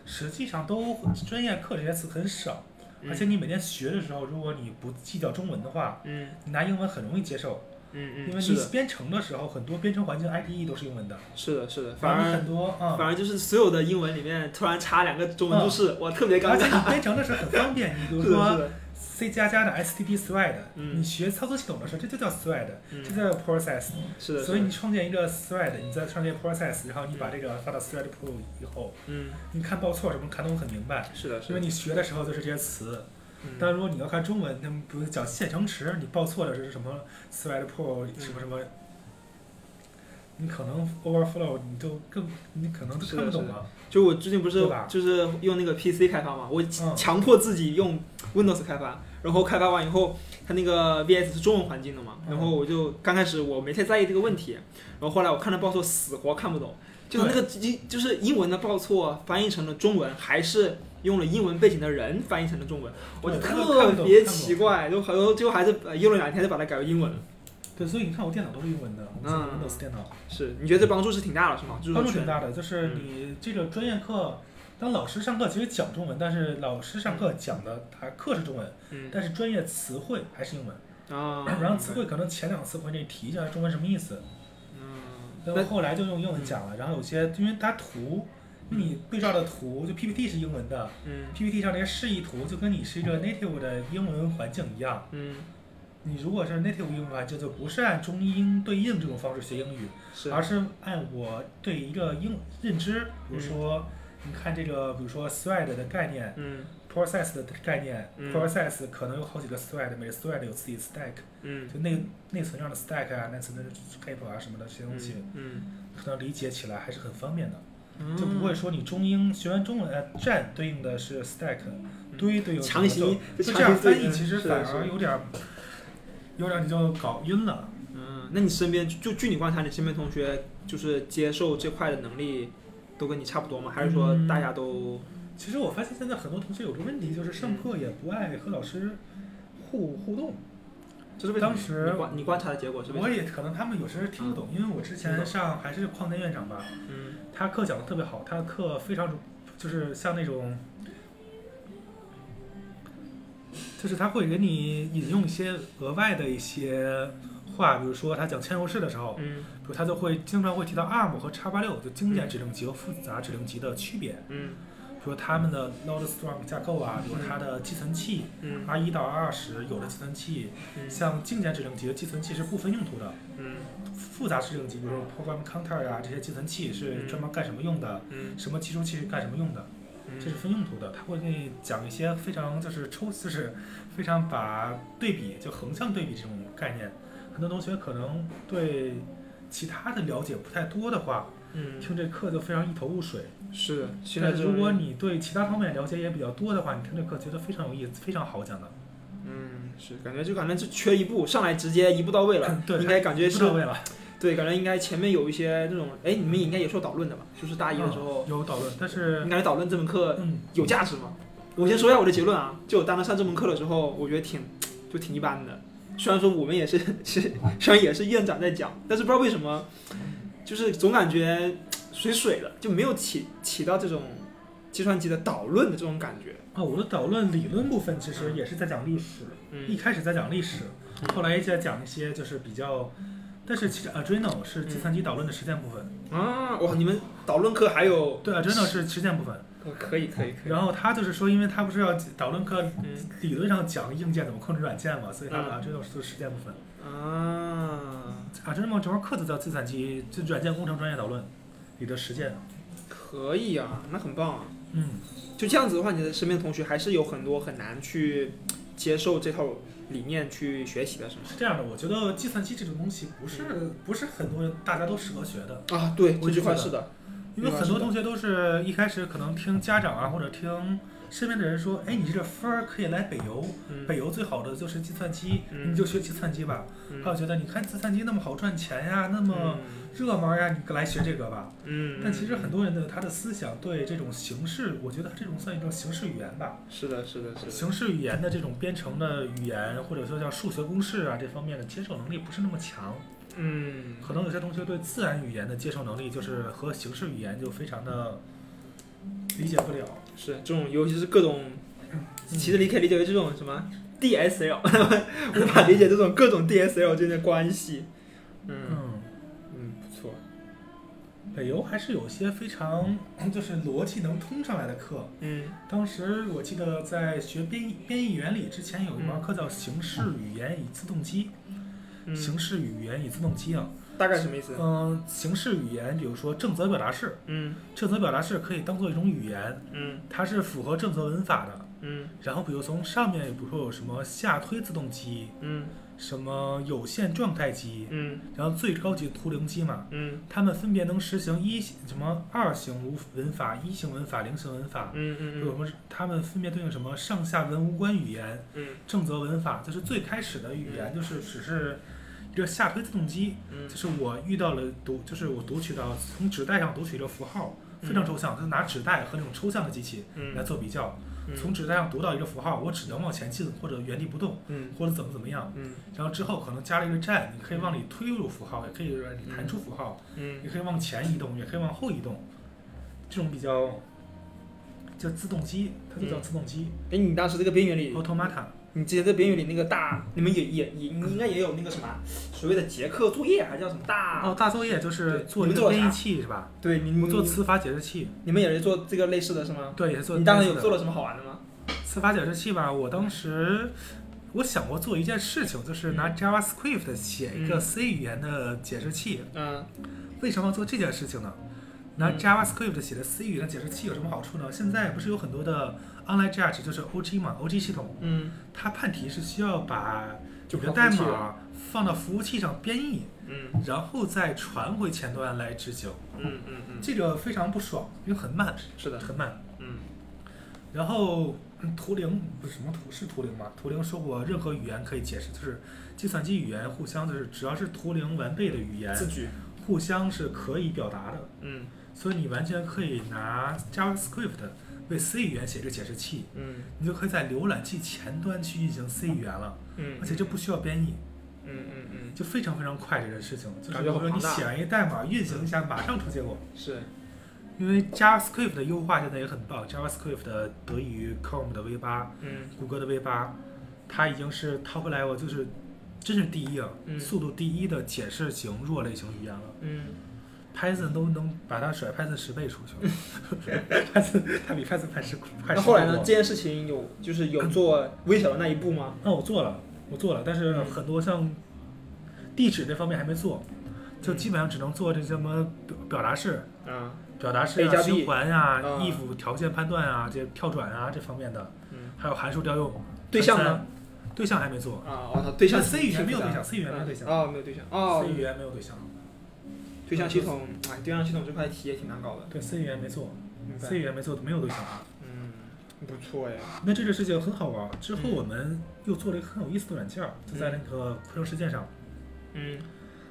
B: 实际上都专业课这些词很少，而且你每天学的时候，如果你不记掉中文的话，
A: 嗯
B: 你拿英文很容易接受。
A: 嗯
B: 因
A: 嗯，
B: 为
A: 是
B: 你
A: 的，
B: 编程的时候，很多编程环境 IDE 都是英文的，
A: 是的，是的，反
B: 然后你
A: 而
B: 很多啊，
A: 反而就是所有的英文里面突然插两个中文注释，
B: 嗯
A: 我特别尴
B: 而且
A: 尬。
B: 你编程的时候很方便，你比如
A: 是的，是
B: 说
A: 的，
B: C 加加的 STP thread，
A: 嗯
B: 你学操作系统的时候，这就叫 thread，这
A: 嗯，
B: 就叫 process。
A: 是的，
B: 所以
A: 是
B: 你
A: 的
B: 创建一个 thread，你再创建 process，然后你把这个发到 thread pro 以后，
A: 嗯，
B: 你看报错什么看得我很明白，
A: 是的，是
B: 因为
A: 的。
B: 你学的时候就是这些词。
A: 嗯
B: 但如果你要看中文，他们比如讲线程池，你报错了是什么 thread pro 什么什么，你可能 overflow 你就更你可能都看不懂了。
A: 就我最近不是
B: 对吧
A: 就是用那个 PC 开发嘛，我
B: 嗯
A: 强迫自己用 Windows 开发，然后开发完以后，它那个 VS 是中文环境的嘛，
B: 嗯
A: 然后我就刚开始我没太在意这个问题，然后后来我看了报错，死活看不懂，就是那个英就是英文的报错翻译成了中文，还是用了英文背景的人翻译成了中文，我就
B: 对他们看
A: 特
B: 不懂
A: 别
B: 看不懂
A: 奇怪，就很多最后还是呃用了两天就把它改为英文了。
B: 对，所以你看我电脑都是英文的，我用
A: 嗯
B: Windows 电脑，
A: 是，你觉得这帮助是挺大的是吗？就是
B: 帮助
A: 全
B: 挺大的。就是
A: 嗯
B: 你这个专业课，当老师上课其实讲中文，但是老师上课讲的他课是中文，
A: 嗯
B: 但是专业词汇还是英文。
A: 啊，
B: 然后词汇可能前两次会给你提一下中文什么意思，
A: 嗯
B: 然后后来就用英文讲了，然后有些因为它图，你对照的图就 PPT 是英文的
A: 嗯
B: ，PPT 上那些示意图就跟你是一个 native 的英文环境一样，
A: 嗯，
B: 你如果是 native 英文环境，就不是按中英对应这种方式学英语，
A: 是
B: 而是按我对一个英认知，比如说。你看这个，比如说 thread 的概念
A: 嗯
B: ，process 的概念、
A: 嗯
B: p r o c e s s 可能有好几个 thread，每个 thread 有自己 stack，
A: 嗯
B: 就内内存上的 stack 啊、内存的 cap 啊什么的这些东西，
A: 嗯，
B: 可能理解起来还是很方便的，
A: 嗯
B: 就不会说你中英学完中文，呃站对应的是 stack，堆对应的
C: 强行
B: 就
C: 就
B: 这
C: 强
B: 样
C: 行对
B: 翻译，
C: 应
B: 其实
A: 是的
B: 反
A: 是的
B: 而有点儿，有点儿你就搞晕了。
A: 嗯，那你身边就据你观察，你身边同学就是接受这块的能力都跟你差不多吗？还是说
B: 嗯
A: 大家都
B: 其实我发现现在很多同学有个问题，就是上课也不爱和老师互互动。
A: 这是为什么
B: 当时
A: 你观你观察的结果是为
B: 我
A: 什么？
B: 也可能他们有时候听不懂，因为我之前上还是矿电院长吧，
A: 嗯
B: 他课讲的特别好，他的课非常就是像那种，就是他会给你引用一些额外的一些话，比如说他讲嵌入式的时候，
A: 嗯
B: 比如他就会经常会提到 ARM 和 x 八六，就经典指令集和复杂指令集的区别，
A: 嗯
B: 比如他们的 load strong 架构啊，比如它的寄存器
A: 嗯
B: R 一到 R 十有的寄存器，
A: 嗯
B: 像经典指令集的寄存器是不分用途的，
A: 嗯
B: 复杂指令集，比如说 program counter 啊这些寄存器是专门干什么用的。
A: 嗯
B: 什么计数器是干什么用的，
A: 嗯，
B: 这是分用途的。他会给你讲一些非常就是抽，就是非常把对比就横向对比这种概念。很多同学可能对其他的了解不太多的话，
A: 嗯
B: 听这课就非常一头雾水。
A: 是的，现在
B: 但
A: 这
B: 是
A: 种
B: 如果你对其他方面了解也比较多的话，你听这课觉得非常有意思，非常好讲的，，
A: 嗯是感觉就感觉就缺一步，上来直接一步到位了
B: 对
A: 应该感觉
B: 不
A: 是
B: 到位了。
A: 对，感觉应该前面有一些那种，哎，你们应该也受导论的吧？就是大一的时候，
B: 嗯有导论，但
A: 你
B: 是
A: 感觉导论这门课
B: 嗯，
A: 有价值吗？我先说一下我的结论啊，就我当时上这门课的时候，我觉得挺就挺一般的。虽然说我们也是是，虽然也是院长在讲，但是不知道为什么，就是总感觉水水的，就没有起起到这种计算机的导论的这种感觉。
B: 啊，我的导论理论部分其实也是在讲历史。一
A: 嗯
B: 开始在讲历史，后来一直在讲一些就是比较，但是其实 Arduino 是计
A: 嗯
B: 算机导论的实践部分，
A: 啊，哇，你们导论课还有，
B: 对 Arduino 是实践部分。
A: 哦可以可以可以，
B: 然后他就是说，因为他不是要导论课
A: 嗯
B: 理论上讲硬件怎么控制软件嘛，所以他把
A: 嗯
B: Arduino 是实践部分。
A: 啊，
B: Arduino 整门课就叫计算机就软件工程专业导论里的实践。
A: 可以啊，那很棒啊。
B: 嗯，
A: 就这样子的话，你的身边同学还是有很多很难去接受这套理念去学习的，是吗？
B: 是这样的，我觉得计算机这种东西不
A: 嗯
B: 是不是很多人大家都适合学的。
A: 啊，对，
B: 我
A: 这
B: 也
A: 句话
B: 觉得
A: 嗯是的，
B: 因为很多同学都是一开始可能听家长啊，或者听身边的人说，哎，你这分儿可以来北邮，
A: 嗯
B: 北邮最好的就是计算机，
A: 嗯
B: 你就学计算机吧。还有觉得你看计算机那么好赚钱呀，那么热门呀，你来学这个吧。
A: 嗯，
B: 但其实很多人的他的思想对这种形式，我觉得这种算一种形式语言吧，
A: 嗯是的，是的，是的，
B: 形式语言的这种编程的语言，或者说叫数学公式啊这方面的接受能力不是那么强。
A: 嗯，
B: 可能有些同学对自然语言的接受能力，就是和形式语言就非常的理解不了。
A: 是这种，尤其是各种，
B: 嗯
A: 其实你可以理解为这种什么 DSL，无 法理解这种各种 DSL 之间的关系。嗯
B: 嗯，
A: 嗯，不错，
B: 北邮还是有些非常 就是逻辑能通上来的课。
A: 嗯
B: 当时我记得在学编译编译原理之前，有一门课叫形式语言与自动机。
A: 嗯，
B: 形式语言与自动机啊，
A: 大概什么意思？
B: 嗯，形式语言，比如说正则表达式，
A: 嗯
B: 正则表达式可以当做一种语言，
A: 嗯
B: 它是符合正则文法的。
A: 嗯
B: 然后，比如从上面，比如说有什么下推自动机，
A: 嗯
B: 什么有限状态机，
A: 嗯
B: 然后最高级图灵机嘛，
A: 嗯
B: 它们分别能实行一什么二型无文法、一型文法、零型文法，
A: 嗯嗯
B: 有什么它们分别对应什么上下文无关语言、
A: 嗯
B: 正则文法，就是最开始的语言就是只是一个下推自动机，
A: 嗯
B: 就是我遇到了读，就是我读取到从纸袋上读取一个符号，非常抽象，就是拿纸袋和那种抽象的机器来
A: 嗯，
B: 做比较，从纸袋上读到一个符号，我只能往前进或者原地不动
A: 嗯
B: 或者怎么怎么样。
A: 嗯
B: 然后之后可能加了一个站，你可以往里推入符号，也可以让你弹出符号，
A: 嗯
B: 也可以往前移动，也可以往后移动。这种比较叫自动机，它就叫自动机、
A: 嗯哎，你当时这个边缘里
B: a u t o m a t a
A: 你之前在边语里那个大，你们也也也你应该也有那个什么所谓的结课作业，还叫什么啊大？
B: 哦，大作业就是
A: 对
B: 做
A: 你们
B: 一个
A: 做
B: 编
A: 啥
B: 译器是吧？
A: 对，你
B: 我
A: 们
B: 们做词法解释器，
A: 你们也是做这个类似的是吗？
B: 对，也是做。
A: 你当时有做了什么好玩的吗？
B: 词法解释器吧？我当时我想过做一件事情，就是拿 JavaScript 写一个
A: 嗯
B: C 语言的解释器。
A: 嗯
B: 为什么要做这件事情呢？拿
A: 嗯
B: JavaScript 写的 C 语言的解释器有什么好处呢？现在不是有很多的 Online Judge，就是 OG 嘛，OG 系统，
A: 嗯，
B: 它判题是需要把
A: 就
B: 你
A: 靠
B: 的
A: 服务
B: 代
A: 器了，
B: 码放到服务器上编译，
A: 嗯
B: 然后再传回前端来执行，
A: 嗯嗯嗯，
B: 这个非常不爽，因为很慢，
A: 是的，
B: 很慢。
A: 嗯
B: 然后嗯图灵不是什么图是图灵吗？图灵说过，任何语言可以解释，就是计算机语言互相就是只要是图灵完备的语言，
A: 字句，
B: 互相是可以表达的。
A: 嗯
B: 所以你完全可以拿 JavaScript 为 C 语言写这个解释器，
A: 嗯
B: 你就可以在浏览器前端去运行 C 语言了，
A: 嗯，
B: 而且这不需要编译，
A: 嗯嗯嗯
B: 就非常非常快这件事情。就是
A: 感觉
B: 比如
A: 好
B: 说
A: 庞
B: 你
A: 大
B: 写完一代码，运行一下，马上出结果。
A: 是，
B: 因为 JavaScript 的优化现在也很棒，JavaScript 的得益于 Chrome 的 V 八、
A: 嗯
B: 谷歌的 V 八，它已经是 top level，就是真是第一啊，
A: 嗯
B: 速度第一的解释型弱类型语言了。
A: 嗯
B: Python 都能把它甩 Python 十倍出去了 ，Python 它比 Python 快十快
A: 那
B: 十
A: 后来呢
B: 倍？多
A: 这件事情有就是有做微小的那一步吗？
B: 那我做了，我做了，但是
A: 嗯
B: 很多像地址这方面还没做，就
A: 嗯
B: 基本上只能做这什么表表达式、
A: 啊，
B: 表达式
A: A
B: 啊、
A: 加 B
B: 循环啊、
A: 啊
B: if 条件判断啊、这跳转啊这方面的，
A: 嗯，
B: 还有函数调用。
A: 对象
B: 分散
A: 呢？？
B: 对象还没做，
A: 啊，我操，对象
B: C 语言没有对
A: 挺
B: 象，C 语言没有对
A: 复杂的
B: 象
A: 啊，没有对象哦
B: ，C，语言没有对象，
A: 对象系统，哎，对象系统这块题也挺难搞的，
B: 对 C 语言没做
A: 明白
B: ，C 语言没做，没有对象。
A: 嗯，不错哎，
B: 那这个事情很好玩儿。之后
A: 嗯
B: 我们又做了一个很有意思的软件儿，就在那个昆虫事件上
A: 嗯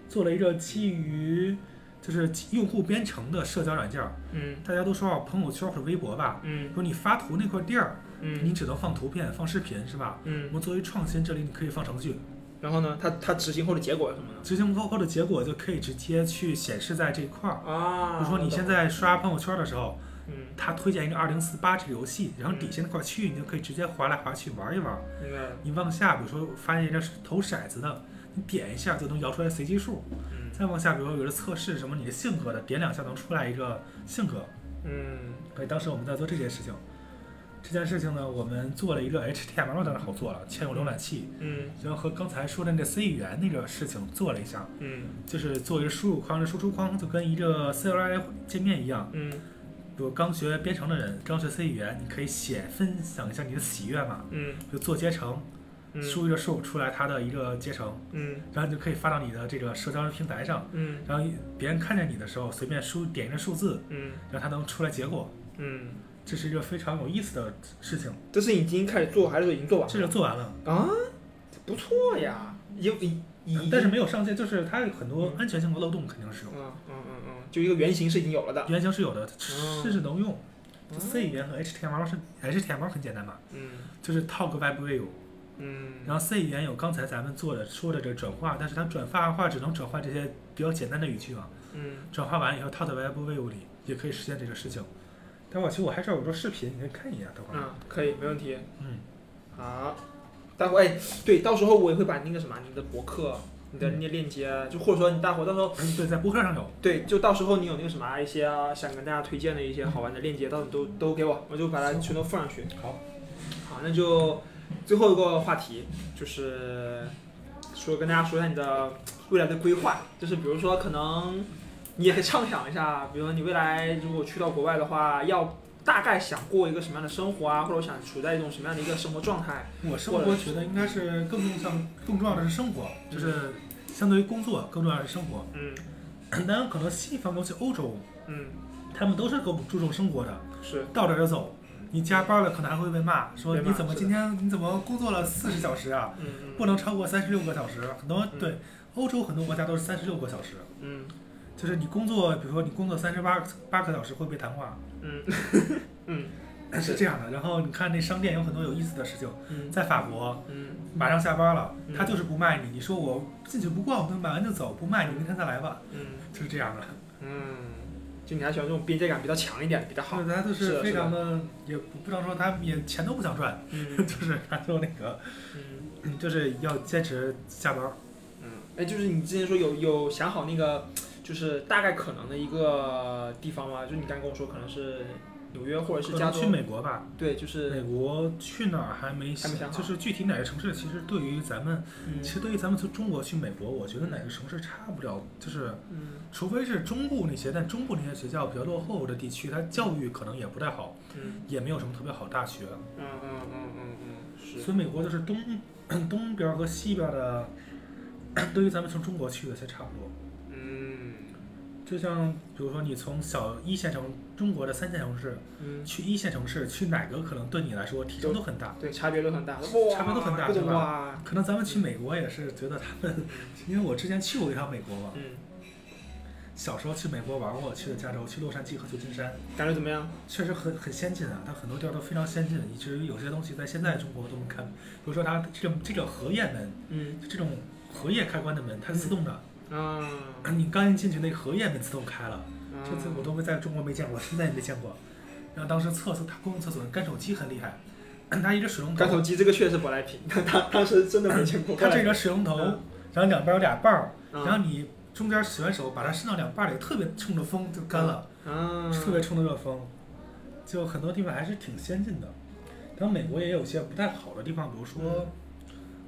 B: 做了一个基于就是用户编程的社交软件儿。
A: 嗯
B: 大家都说啊，朋友圈或者微博吧，
A: 嗯
B: 说你发图那块地儿，你
A: 嗯
B: 只能放图片、放视频是吧？我
A: 嗯，
B: 们作为创新，这里你可以放程序，
A: 然后呢，它它执行后的结果是什么呢？
B: 执行后后的结果就可以直接去显示在这一块儿。比
A: 啊，
B: 如说你
A: 我懂
B: 现，在刷朋友圈的时候，
A: 嗯，
B: 它推荐一个二零四八这个游戏，然后
A: 嗯
B: 底下那块区域你就可以直接划来划去玩一玩。
A: 明白了，
B: 你往下，比如说发现一个是投骰子的，你点一下就能摇出来随机数。
A: 嗯
B: 再往下，比如说有的测试什么你的性格的，点两下能出来一个性格。
A: 嗯
B: 所以当时我们在做这件事情，这件事情呢，我们做了一个 HTML 当然好做了，嵌入浏览器，
A: 嗯
B: 然后和刚才说的那个 C 语言那个事情做了一下，
A: 嗯
B: 就是做一个输入框，这输出框就跟一个 CLI 界面一样。
A: 嗯
B: 比如刚学编程的人，刚学 C 语言，你可以写分享一下你的喜悦嘛，
A: 嗯
B: 就做结成，
A: 嗯，
B: 输一个数出来它的一个结成。
A: 嗯
B: 然后你就可以发到你的这个社交平台上，
A: 嗯
B: 然后别人看见你的时候，随便输点一个数字，
A: 嗯
B: 让它能出来结果。
A: 嗯，
B: 这是一个非常有意思的事情。
A: 这是已经开始做还是说已经做完了？
B: 这个做完了，
A: 啊，不错呀，有已已，
B: 但是没有上线，就是它有很多
A: 嗯
B: 安全性的漏洞肯定是有
A: 嗯，嗯嗯嗯，就一个原型是已经有了的，
B: 原型是有的，
A: 嗯
B: 甚至能用。就 C 语言和 HTML 是 HTML 很简单嘛，
A: 嗯
B: 就是 Talk Web View，
A: 嗯，
B: 然后 C 语言有刚才咱们做的说的这个转化，但是它转化的话只能转化这些比较简单的语句啊，
A: 嗯
B: 转化完以后 Talk Web View 里也可以实现这个事情。待会儿其实我还是有个视频，你可以看一眼，等会儿。
A: 嗯，可以，没问题，
B: 嗯，
A: 好，待会哎，对，到时候我也会把那个什么你的博客。你的那些链接，就或者说你待会儿到时候
B: 嗯对，在博客上有。
A: 对，就到时候你有那个什么一些啊想跟大家推荐的一些好玩的链接，到时候都都给我，我就把它全都放上去。
B: 好，
A: 好，那就最后一个话题，就是说跟大家说一下你的未来的规划，就是比如说可能你也可以畅想一下，比如说你未来如果去到国外的话，要大概想过一个什么样的生活啊，或者想处在一种什么样的一个生活状态？
B: 我生活觉得应该是更重上更重要的是生活，就是相对于工作更重要的是生活。
A: 嗯
B: 当然，可能西方尤其欧洲，
A: 嗯，
B: 他们都是更注重生活的，
A: 是，
B: 到点儿就走。你加班了，可能还会被骂，说
A: 被骂
B: 你怎么
A: 是的
B: 今天你怎么工作了四十小时啊？
A: 嗯嗯
B: 不能超过三十六个小时。很多
A: 嗯
B: 对欧洲很多国家都是三十六个小时，
A: 嗯
B: 就是你工作，比如说你工作三十八八个小时会被谈话，
A: 嗯嗯
B: 是这样的。然后你看那商店有很多有意思的事情，
A: 嗯
B: 在法国，
A: 嗯
B: 马上下班了，
A: 嗯
B: 他就是不卖你。你说我进去不逛，我买完就走，不卖你，明天再来吧，
A: 嗯
B: 就是这样的。
A: 嗯，就你还喜欢这种边界感比较强一点，比较好。
B: 大家都
A: 是
B: 是
A: 的
B: 非
A: 是的
B: 常的，也不不能说他们也钱都不想赚，
A: 嗯
B: 就是他说那个，
A: 嗯
B: 就是要坚持下班儿。
A: 嗯，哎，就是你之前说有有想好那个，就是大概可能的一个地方吗？就你刚才跟我说可能是纽约或者是
B: 可
A: 加
B: 能
A: 州
B: 呃去，美国吧，
A: 对，就是
B: 美国去哪儿还没
A: 还没想好
B: 就是具体哪个城市，其实对于咱们，
A: 嗯
B: 其实对于咱们从中国去美国，我觉得哪个城市差不了，就是
A: 嗯
B: 除非是中部那些，但中部那些学校比较落后的地区，它教育可能也不太好，
A: 嗯
B: 也没有什么特别好大学，
A: 嗯嗯嗯嗯嗯，是
B: 所以美国就是东东边儿和西边儿的， 对于咱们从中国去的些差不多。
A: 嗯
B: 就像比如说你从小一线城中国的三线城市
A: 嗯，
B: 去一线城市，去哪个可能对你来说提升都很大。
A: 对，差别都很大，哇，
B: 差别都很大
A: 各种
B: 对吧
A: 哇，
B: 可能咱们去美国也是觉得他们，因为我之前去过一趟美国嘛，
A: 嗯，
B: 小时候去美国玩过，去的加州，去洛杉矶和旧金山，
A: 感觉怎么样？
B: 确实很很先进啊，它很多地儿都非常先进，以至于有些东西在现在中国都能看，比如说它这种这个荷叶门，
A: 嗯
B: 这种荷叶开关的门，它是自动的，
A: 啊，
B: 你刚一进去那荷叶门自动开了，
A: 啊
B: 这次我都没在中国没见过，现在也没见过。然后当时厕所，它公共厕所干手机很厉害，它一个水龙
A: 干
B: 头
A: 手，机这个确实是舶来品，他他 当时真的没见过。
B: 它这个水龙头，
A: 嗯
B: 然后两边有俩把儿。
A: 嗯
B: 然后你中间洗完手，把它伸到两把里，特别冲着风就干了，
A: 啊，
B: 特别冲着热风，就很多地方还是挺先进的。然后美国也有些不太好的地方，比如说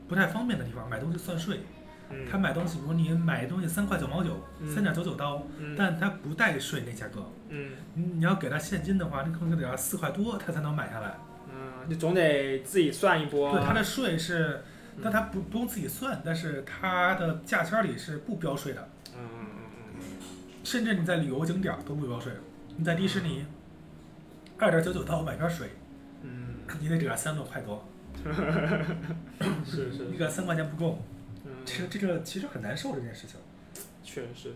B: 不太方便的地方，买东西算税。
A: 嗯
B: 他买东西，比如你买东西三块九毛九，
A: 嗯
B: 三点九九刀，
A: 嗯
B: 但他不带税那价格。
A: 嗯
B: 你你要给他现金的话，那可能就得要四块多，他才能买下来。
A: 嗯，你总得自己算一波。
B: 对，他的税是，
A: 嗯
B: 但他不不用自己算，但是他的价签里是不标税的。
A: 嗯嗯嗯
B: 甚至你在旅游景点儿都不标税，你在迪士尼，二点九九刀买瓶水，
A: 嗯
B: 你得给它三个块多，
A: 嗯，是是
B: 你，给它三块钱不够，
A: 嗯，
B: 这个这个其实很难受这件事情。
A: 确实是，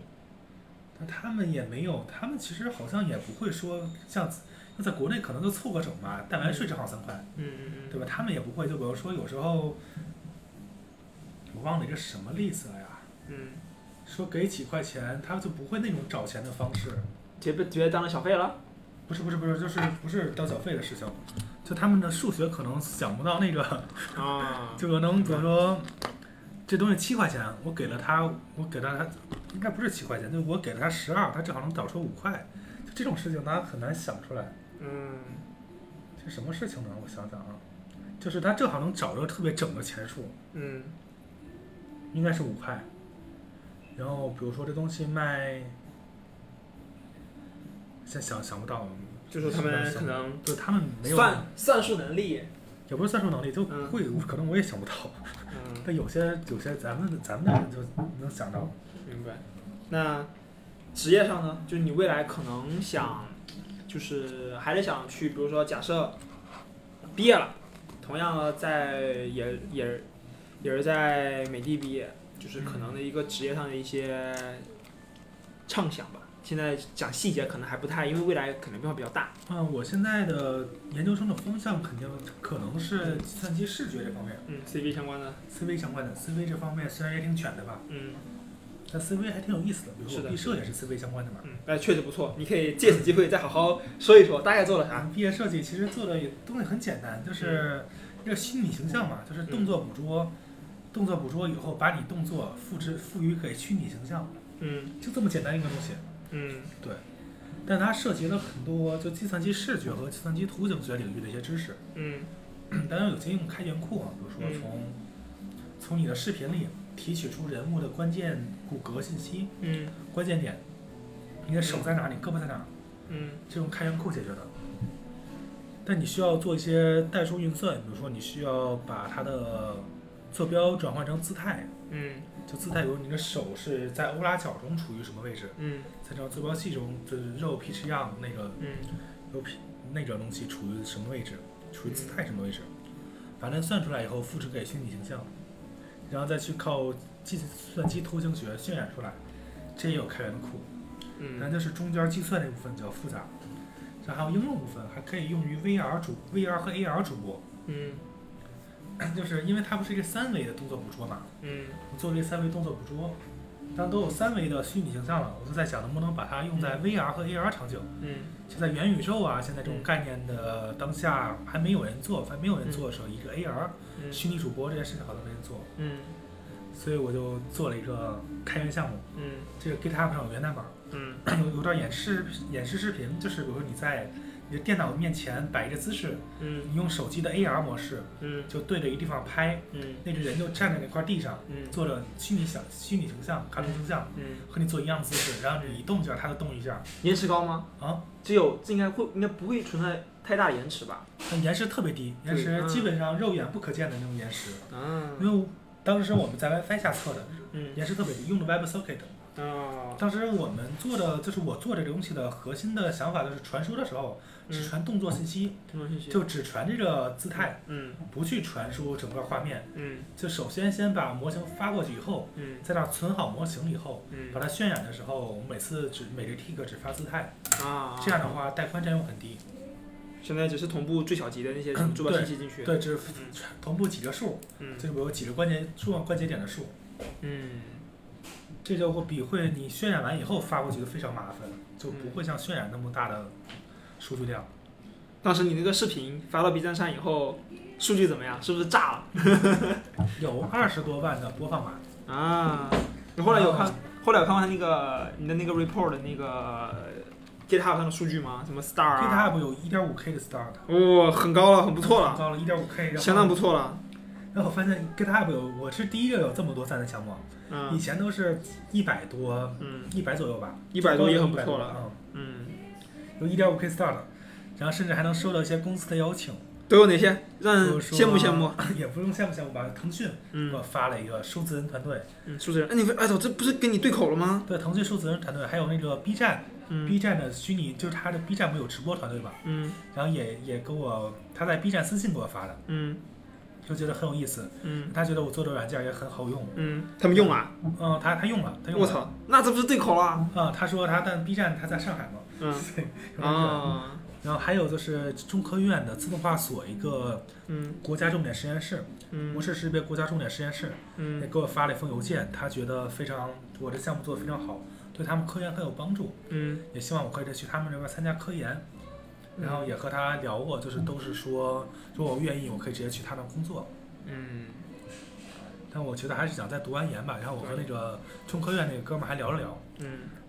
B: 但他们也没有，他们其实好像也不会说像，那在国内可能就凑个整吧，但完税正好三块，
A: 嗯嗯
B: 对吧？他们也不会，就比如说有时候，我忘了一个什么例子了呀，
A: 嗯嗯，
B: 说给几块钱，他就不会那种找钱的方式，
A: 直接被直接当成小费 了。
B: 不是不是不是，就是不是交小费的事情，就他们的数学可能想不到那个，
A: 啊，
B: 就可能比如说这东西七块钱，我给了他，我给了他，应该不是七块钱，就是我给了他十二，他正好能找出五块，就这种事情他很难想出来，
A: 嗯
B: 这什么事情呢？我想想啊，就是他正好能找着特别整的钱数，
A: 嗯
B: 应该是五块，然后比如说这东西卖，现在想想不到，
A: 就是他们可能
B: 就他们没有啊
A: 算算术能力，
B: 也不是算术能力，就
A: 嗯
B: 会，我可能我也想不到。
A: 嗯，
B: 但有些有些咱们咱们的人就能想到，
A: 明白。那职业上呢，就是你未来可能想，就是还是想去，比如说假设毕业了，同样呢在也也也是在美的毕业，就是可能的一个职业上的一些畅想吧。现在讲细节可能还不太，因为未来可能变化比较大。
B: 嗯，我现在的研究生的方向肯定可能是计算机视觉这方面
A: 嗯，CV 相关的，
B: ，CV 相关的。CV 这方面虽然也挺卷的吧，
A: 嗯
B: 但 CV 还挺有意思的。比如
A: 是
B: 说
A: 的
B: 我毕设也是 CV 相关的嘛。
A: 嗯，哎，确实不错，你可以借此机会再好好说一说，大概做了啥。
B: 啊，毕业设计其实做的也东西很简单，就是一个虚拟形象嘛，就是动作捕捉，动作捕捉以后把你动作复制赋予给虚拟形象，
A: 嗯
B: 就这么简单一个东西。
A: 嗯
B: 但它涉及了很多就计算机视觉和计算机图形学领域的一些知识。
A: 嗯
B: 当然有些用开源库啊，比如
A: 嗯
B: 说从、从你的视频里提取出人物的关键骨骼信息、
A: 嗯
B: 关键点，你的手在哪里，胳膊在哪儿，
A: 嗯
B: 这种开源库解决的。但你需要做一些代数运算，比如说你需要把它的坐标转换成姿态，
A: 嗯
B: 就姿态，比如你的手是在欧拉角中处于什么位置，
A: 嗯
B: 在这种坐标系中，就是肉皮质样那个
A: 嗯
B: 有品那种东西处于什么位置，处于姿态什么位置，把它算出来以后复制给虚拟形象，然后再去靠计算机图形学渲染出来，这也有开源库，
A: 嗯
B: 但就是中间计算这部分比较复杂。然后还有应用部分还可以用于 VR 主 VR 和 AR 主播，
A: 嗯
B: 就是因为它不是一个三维的动作捕捉嘛，
A: 嗯
B: 我做了一个三维动作捕捉，但都有三维的虚拟形象了，我就在想能不能把它用在 VR 和 AR 场景。
A: 嗯
B: 现在元宇宙啊，现在这种
A: 嗯
B: 概念的当下还没有人做，还没有人做的时候，一个 AR
A: 嗯
B: 虚拟主播这件事情好像没人做，
A: 嗯
B: 所以我就做了一个开源项目，
A: 嗯
B: 这个 GitHub 上有源代码，
A: 嗯
B: 有有段演示演示视频，就是比如说你在你的电脑面前摆一个姿势，
A: 嗯
B: 你用手机的 AR 模式
A: 嗯
B: 就对着一个地方拍，
A: 嗯
B: 那个人就站在那块地上，
A: 嗯
B: 做着虚拟想虚拟形象、卡通形象，
A: 嗯，
B: 和你做一样姿势，然后你一动一下，他就动一下，
A: 延迟高吗？
B: 啊，
A: 只有这应该会应该不会存在太大延迟吧？
B: 但延时特别低，延时
A: 对嗯
B: 基本上肉眼不可见的那种延时，
A: 啊
B: 因为当时我们在 WiFi 下测的，
A: 嗯
B: 延时特别低，用的 WebSocket。
A: 啊
B: 当时我们做的就是我做这个东西的核心的想法，就是传输的时候
A: 嗯
B: 只传动作信息，
A: 这种信息
B: 就只传这个姿态，
A: 嗯
B: 不去传输整个画面。
A: 嗯
B: 就首先先把模型发过去以后，
A: 嗯
B: 在那儿存好模型以后，把
A: 嗯
B: 它渲染的时候，我们每次只每个 tick 只发姿态，
A: 啊，
B: 这样的话带宽占用很低。
A: 现在只是同步最小级的那些
B: 嗯
A: 主板信息进去，
B: 对，只
A: 嗯
B: 同步几个数，
A: 嗯
B: 就比如几个关节重要关节点的数，
A: 嗯
B: 这就会比会你渲染完以后发过去就非常麻烦，就
A: 嗯
B: 不会像渲染那么大的数据量。
A: 当时你那个视频发到 B 站上以后，数据怎么样？是不是炸了
B: 有
A: 嗯
B: 二十多万的播放码，
A: 啊？你后来有看，后来有看过他那个你的那个 report 的那个 GitHub 上的数据吗？什么 star 啊？
B: GitHub 有 1.5K 的 start，
A: 哦，很高了，很不错了，
B: 高了 1.5K，然后
A: 相当不错了。
B: 然后我发现 GitHub 有，我是第一个有这么多赞的项目，以
A: 嗯
B: 前都是一百多，
A: 嗯
B: 一百左右吧，
A: 100多也很不
B: 100
A: 错了
B: 了，
A: 嗯，
B: 嗯，有 1.5K start，然后甚至还能收到一些公司的邀请，
A: 都有哪些让
B: 比
A: 人
B: 如
A: 嗯
B: 说
A: 羡慕羡慕？，啊
B: 也不用羡慕羡慕吧，腾讯给我
A: 嗯
B: 发了一个数字人团队，
A: 嗯，数字人，哎，你哎操，这不是跟你对口了吗？
B: 对，腾讯数字人团队，还有那个 B 站
A: 嗯
B: ，B 站的虚拟就是他的 B 站不是有直播团队嘛，
A: 嗯
B: 然后也也给我他在 B 站私信给我发的，
A: 嗯
B: 就觉得很有意思，
A: 嗯
B: 他觉得我做的软件也很好用，
A: 嗯，他们用啊，
B: 嗯，他他用了，他用
A: 我
B: 了。
A: 操，那这不是对口了？
B: 啊、他说他但 B 站他在上海嘛，
A: 嗯
B: 所以有点远。
A: 啊，
B: 然后还有就是中科院的自动化所一个
A: 嗯
B: 国家重点实验室，
A: 嗯
B: 模式识别国家重点实验室，也
A: 嗯
B: 给我发了一封邮件，他觉得非常我的项目做的非常好，对他们科研很有帮助，
A: 嗯，
B: 也希望我可以去他们那边参加科研。然后也和他聊过，就是都是说，如果我愿意，我可以直接去他那工作。
A: 嗯
B: 但我觉得还是想再读完研吧。然后我和
A: 对
B: 那个中科院那个哥们儿还聊了聊，
A: 嗯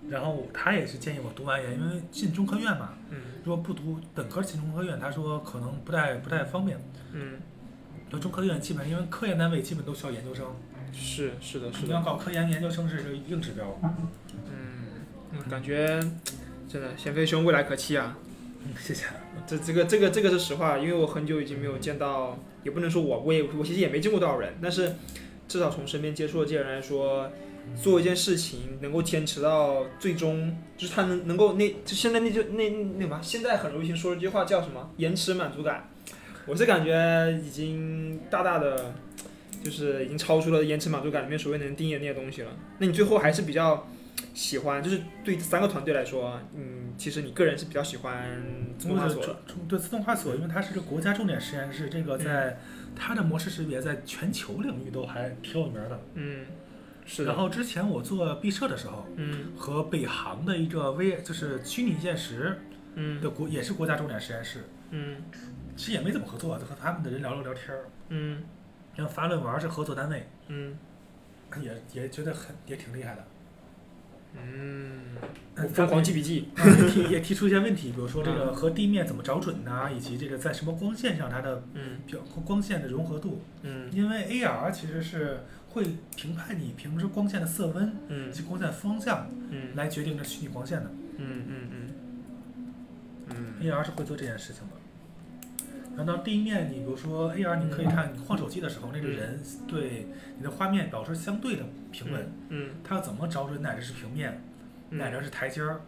B: 然后他也是建议我读完研，因为进中科院嘛，
A: 嗯
B: 如果不读本科进中科院，他说可能不太不太方便。
A: 嗯，
B: 就中科院基本因为科研单位基本都需要研究生，
A: 是是的是
B: 你要
A: 的，
B: 搞科研，研究生是硬指标。
A: 嗯，嗯感觉真的贤飞兄未来可期啊。
B: 嗯，谢谢。
A: 这这个这个这个是实话，因为我很久已经没有见到，也不能说我，我也我其实也没见过多少人，但是至少从身边接触的这些人来说，做一件事情能够坚持到最终，就是他能能够那就现在那就那那那什么，现在很流行说的一句话叫什么？延迟满足感。我是感觉已经大大的，就是已经超出了延迟满足感里面所谓能定义的那些东西了。那你最后还是比较喜欢，就是对这三个团队来说，嗯，其实你个人是比较喜欢自动
B: 我
A: 化
B: 觉
A: 所
B: 得
A: 的
B: 中。中对自动化所，因为它是个国家重点实验室，这个在
A: 嗯
B: 它的模式识别在全球领域都还挺有名的。
A: 嗯，是
B: 然
A: 的，
B: 后之前我做毕设的时候，
A: 嗯
B: 和北航的一个 V 就是虚拟现实
A: 嗯
B: 的国也是国家重点实验室，
A: 嗯
B: 其实也没怎么合作，就和他们的人聊了聊天儿，
A: 嗯
B: 然后发论文是合作单位。
A: 嗯
B: 也也觉得很也挺厉害的，
A: 嗯，我
B: 嗯
A: 疯狂记笔记，
B: 他们 也提也提出一些问题，比如说这
A: 嗯
B: 个和地面怎么找准呐、以及这个在什么光线上它的
A: 嗯
B: 表光线的融合度，
A: 嗯
B: 因为 AR 其实是会评判你平时光线的色温以
A: 嗯
B: 及光线方向
A: 嗯
B: 来决定这虚拟光线的
A: 嗯嗯嗯
B: ，AR 是会做这件事情的。然后到地面，你比如说 AR，你可以看你晃手机的时候，那
A: 嗯
B: 个人对你的画面保持相对的平稳，
A: 嗯
B: 他要怎么找准哪个是平面，哪
A: 嗯啊
B: 个是台阶儿，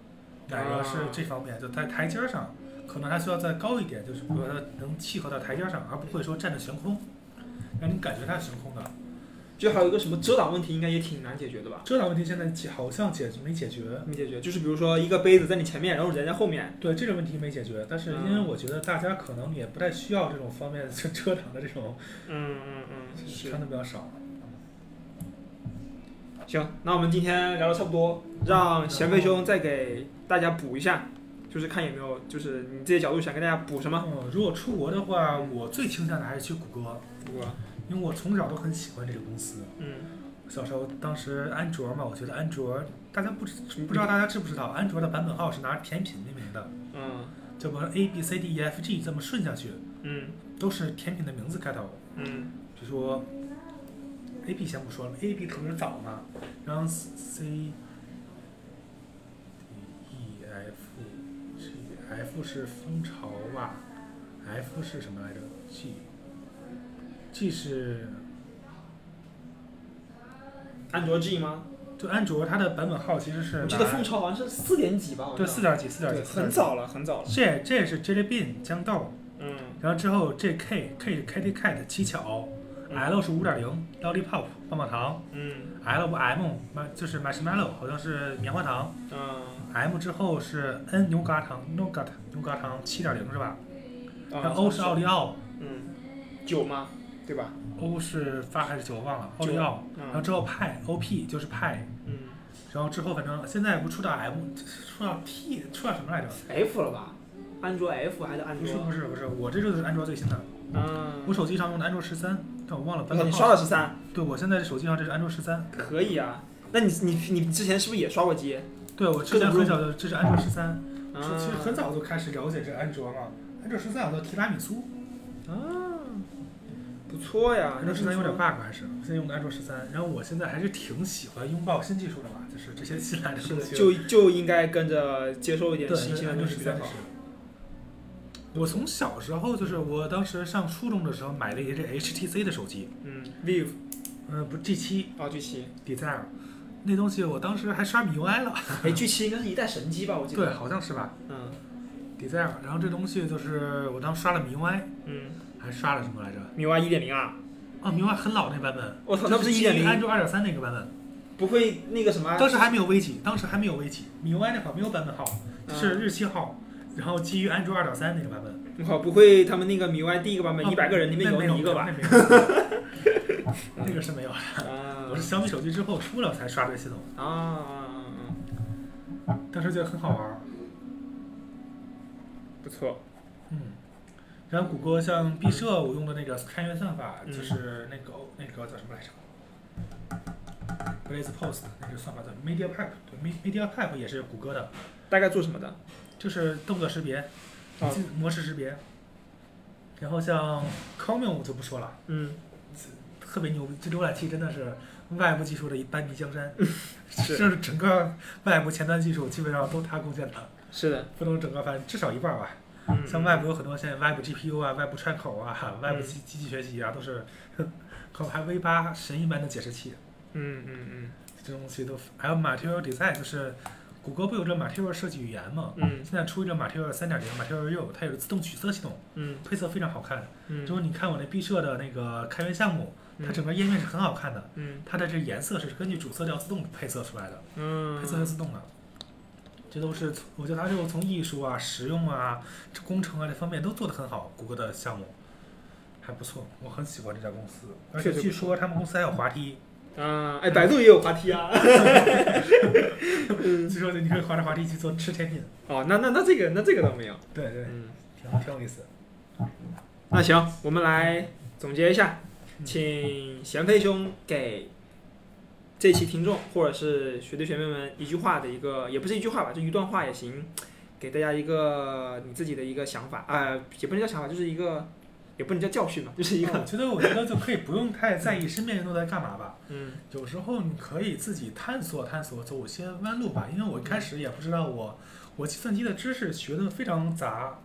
B: 哪个是这方面，就在台阶儿上，可能它需要再高一点，就是比如说它能契合到台阶儿上，而不会说站着悬空，让你感觉它是悬空的。
A: 就还有一个什么遮挡问题，应该也挺难解决的吧？
B: 遮挡问题现在解好像解没解决，
A: 没解决，就是比如说一个杯子在你前面，然后人在后面，
B: 对这个问题没解决，但是因
A: 嗯
B: 为我觉得大家可能也不太需要这种方面的 遮挡的这种，
A: 嗯嗯嗯嗯，是
B: 穿的比较少。
A: 行，那我们今天聊的差不多，让贤飞兄再给大家补一下，就是看有没有，就是你自己角度想给大家补什么？
B: 嗯，如果出国的话，我最倾向的还是去谷歌，
A: 补啊，
B: 因为我从小都很喜欢这个公司。
A: 嗯，
B: 小时候，当时安卓嘛，我觉得安卓大家不知不知道大家知不知道，安卓的版本号是拿甜品命名的，
A: 嗯，
B: 就不是 A B C D E F G 这么顺下去，
A: 嗯，
B: 都是甜品的名字开头。
A: 嗯，
B: 比如说 A B 先不说了，A B 特别早嘛，然后 C D E F G F 是蜂巢吧，F 是什么来着？G G 是
A: 安卓 G 吗？
B: 就安卓它的版本号其实是
A: 我记得
B: 拿
A: 蜂巢好像是四点几吧，好像
B: 对四点几四点几
A: 对，
B: 四点
A: 很
B: 几。
A: 早了，很早了，
B: 这这也是 Jelly Bean 豇豆，
A: 嗯
B: 然后之后 J K K 是 Kitty Cat 七巧
A: 嗯
B: ，L 是五点零 Lollipop 棒棒糖
A: 嗯
B: ，L 不 M 那就是 Marshmallow 好像是棉花糖
A: 嗯，
B: ，M 之后是 N 牛轧糖 Nougat 牛轧糖七点零是吧？然后
A: 欧
B: O 是奥，利奥
A: 嗯，九吗？对吧？
B: ，O 是发还是九忘了，奥利
A: 九
B: 奥，然后
A: 嗯
B: 之后派 O P 就是派，
A: 嗯
B: 然后之后反正现在不出到 M 出到 T 出到什么来着？
A: ，F 了吧？安卓 F 还是安
B: 不是
A: 卓？
B: 不是不是，我这就是安卓最新的，
A: 嗯
B: 我，手机上用的安卓十三，但我忘了版
A: 我操，
B: 本
A: 你
B: 号
A: 刷了十三，
B: 对，我现在手机上这是安卓十三。
A: 可以啊。那你你你之前是不是也刷过
B: 啊
A: 机？
B: 对，我之前很小就这是安卓十三，
A: 嗯
B: 其实很早就开始了解这安卓嘛。安卓十三好像提拉米苏，
A: 不错呀，
B: 安啊卓十三有点 bug 还是，我现在用的安卓十三。然后我现在还是挺喜欢拥抱新技术的吧，就是这些新来的
A: 是
B: 东
A: 的，
B: 西。
A: 就就应该跟着接受一点
B: 对，
A: 新鲜的
B: 安
A: 东西
B: 卓十
A: 比较
B: 三
A: 好
B: 是。。我从小时候就是，我当时上初中的时候买了一个这 HTC 的手机，
A: 嗯，Vive
B: 嗯、不 G 七
A: 啊，G 七，
B: Desire，那东西我当时还刷米 UI 了，
A: 哎，G 七应该是一代神机吧？我记
B: 对，
A: 得。
B: 好像是吧
A: 嗯
B: ，Desire。然后这东西就是我当时刷了米 UI，
A: 嗯
B: 还刷了什么来着？
A: ，MIUI 一点零啊，
B: 哦，明白，很老那版本，
A: 我哦操，那不是一
B: 基
A: 点
B: 于安
A: 零？
B: 卓二点三那个版本，
A: 不会那个什么？啊
B: 当时还没有 V 几，当时还没有 V 几，米 UI 那会儿没有版本号，
A: 嗯
B: 是日期号，然后基于安卓二点三那个版本，
A: 我哦靠，不会他们那个 MIUI 第一个版本
B: 哦
A: 一百个人里面
B: 那没
A: 啊有你一 个吧？
B: 那没有那个是 没有的，
A: 啊
B: 我是小米手机之后出了才刷这个系统，
A: 啊啊，
B: 当时觉得很好玩儿，
A: 不错，
B: 嗯。然后谷歌像毕设，我用的那个开源算法，
A: 嗯
B: 就是那个那个叫什么来着？Blaze Post 那个算法叫 MediaPipe，对，MediaPipe 也是谷歌的，
A: 大概做什么的？
B: 就是动作识别，
A: 啊，
B: 进模式识别。然后像 Chromium 我就不说了，
A: 嗯，
B: 特别牛逼，这浏览器真的是外部技术的一半壁江山，
A: 是
B: 就是整个外部前端技术基本上都他贡献的，
A: 是的，
B: 不能整个，反正至少一半儿吧。
A: 嗯
B: 像外部有很多现在外部 GPU 啊、外部串口啊、外部机机器学习啊，都是可还 V 八神一般的解释器，
A: 嗯嗯
B: 这种东西都还有 Material Design，就是谷歌不有这 Material 设计语言嘛？
A: 嗯嗯
B: 现在出一个 Material 三点零、Material U，它有自动取色系统，
A: 嗯
B: 配色非常好看。
A: 嗯，
B: 之后你看我那毕设的那个开源项目，它整个页面是很好看的，
A: 嗯
B: 它的这颜色是根据主色调自动配色出来的，
A: 嗯
B: 配色是自动的。这都是从我觉得它这个从艺术啊、实用啊、这工程啊这方面都做得很好，谷歌的项目还不错，我很喜欢这家公司。而且
A: 确实
B: 据说他们公司还有滑梯，
A: 啊，哎，百度也有滑梯啊。嗯
B: 据说你可以滑着滑梯去做吃甜品。
A: 哦，那那那这个那这个倒没有。
B: 对对，
A: 嗯，
B: 挺挺有意思。
A: 那行，我们来总结一下，
B: 嗯
A: 请贤飞兄给这期听众或者是学弟学妹们一句话的一个，也不是一句话吧，就一段话也行，给大家一个你自己的一个想法，呃，也不能叫想法，就是一个，也不能叫教训嘛，就是一
B: 我
A: 个，
B: 觉得我觉得就可以不用太在意身边人都在干嘛吧。
A: 嗯
B: 有时候你可以自己探索探索，走些弯路吧。因为我一开始也不知道我，我计算机的知识学的非常杂，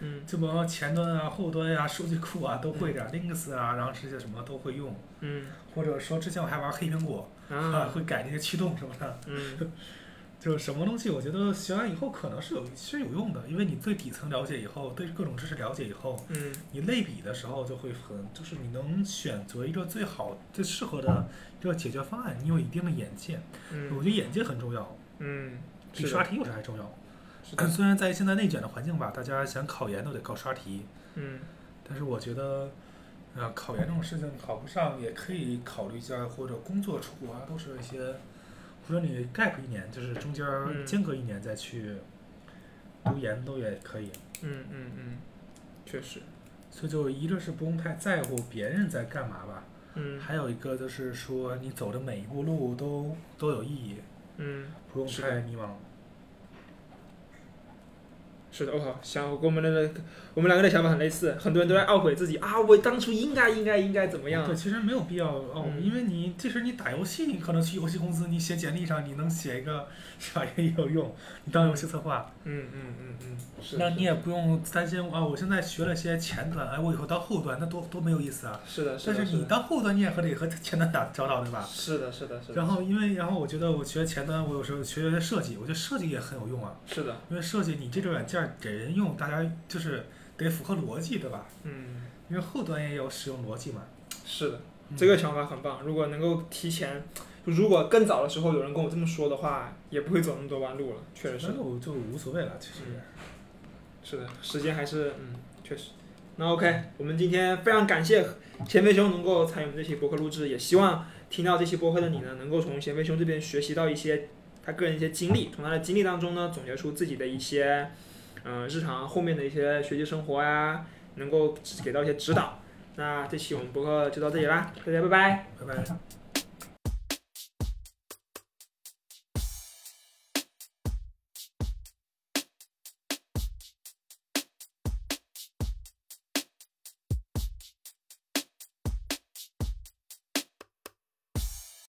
A: 嗯
B: 什么前端啊、后端呀、数据库啊都会点儿，Linux 啊，然后这些什么都会用。
A: 嗯
B: 或者说之前我还玩黑苹果，啊，
A: 啊
B: 会改那些驱动什么的，
A: 嗯
B: 就是什么东西，我觉得学完以后可能是有是有用的，因为你对底层了解以后，对各种知识了解以后，
A: 嗯
B: 你类比的时候就会很，就是你能选择一个最好、最适合的一个解决方案，你有一定的眼界。我
A: 嗯
B: 觉得眼界很重要，
A: 嗯，
B: 比
A: 是
B: 刷
A: 的，
B: 题有时还重要。
A: 是的，
B: 虽然在现在内卷的环境吧，大家想考研都得靠刷题，
A: 嗯
B: 但是我觉得，嗯、啊，考研这种事情考不上也可以考虑一下，或者工作出国啊，都是一些，或者你 gap 一年，就是中间儿
A: 嗯
B: 间隔一年再去读研都也可以。
A: 嗯嗯嗯，确实，
B: 所以就一个是不用太在乎别人在干嘛吧，
A: 嗯
B: 还有一个就是说你走的每一步路都都有意义，
A: 嗯，
B: 不用
A: 是的
B: 太迷茫。
A: 是的，我靠，想跟我们的我们两个的想法很类似，很多人都在懊悔自己啊，我当初应该应该应该怎么样
B: 对，？其实没有必要哦，
A: 嗯
B: 因为你即使你打游戏，你可能去游戏公司，你写简历上你能写一个啥 也有用。你当游戏策划，
A: 嗯嗯嗯嗯，是
B: 那
A: 是
B: 你也不用担心啊，我现在学了些前端，哎，我以后到后端那多多没有意思啊。
A: 是的，是
B: 但
A: 的，
B: 是你
A: 的，
B: 到后端你也和得和前端打交道，对吧？
A: 是的，是的，是的，啊
B: 然后因为然后我觉得我学前端，我有时候学设计，我觉得设计也很有用啊。
A: 是的，
B: 因为设计你这个软件儿给人用，大家就是得符合逻辑，对吧？
A: 嗯，
B: 因为后端也有使用逻辑嘛。
A: 是的，
B: 嗯
A: 这个想法很棒。如果能够提前，就如果更早的时候有人跟我这么说的话，也不会走那么多弯路了。确实是
B: 那，就就无所谓了，其实。
A: 嗯是的，时间还是嗯，确实。那 OK，我们今天非常感谢贤飞兄能够参与我们这期播客录制，也希望听到这期播客的你呢，能够从贤飞兄这边学习到一些他个人一些经历，从他的经历当中呢，总结出自己的一些嗯、呃日常后面的一些学习生活呀、能够给到一些指导。那这期我们播客就到这里啦，大家拜拜。
B: 拜拜。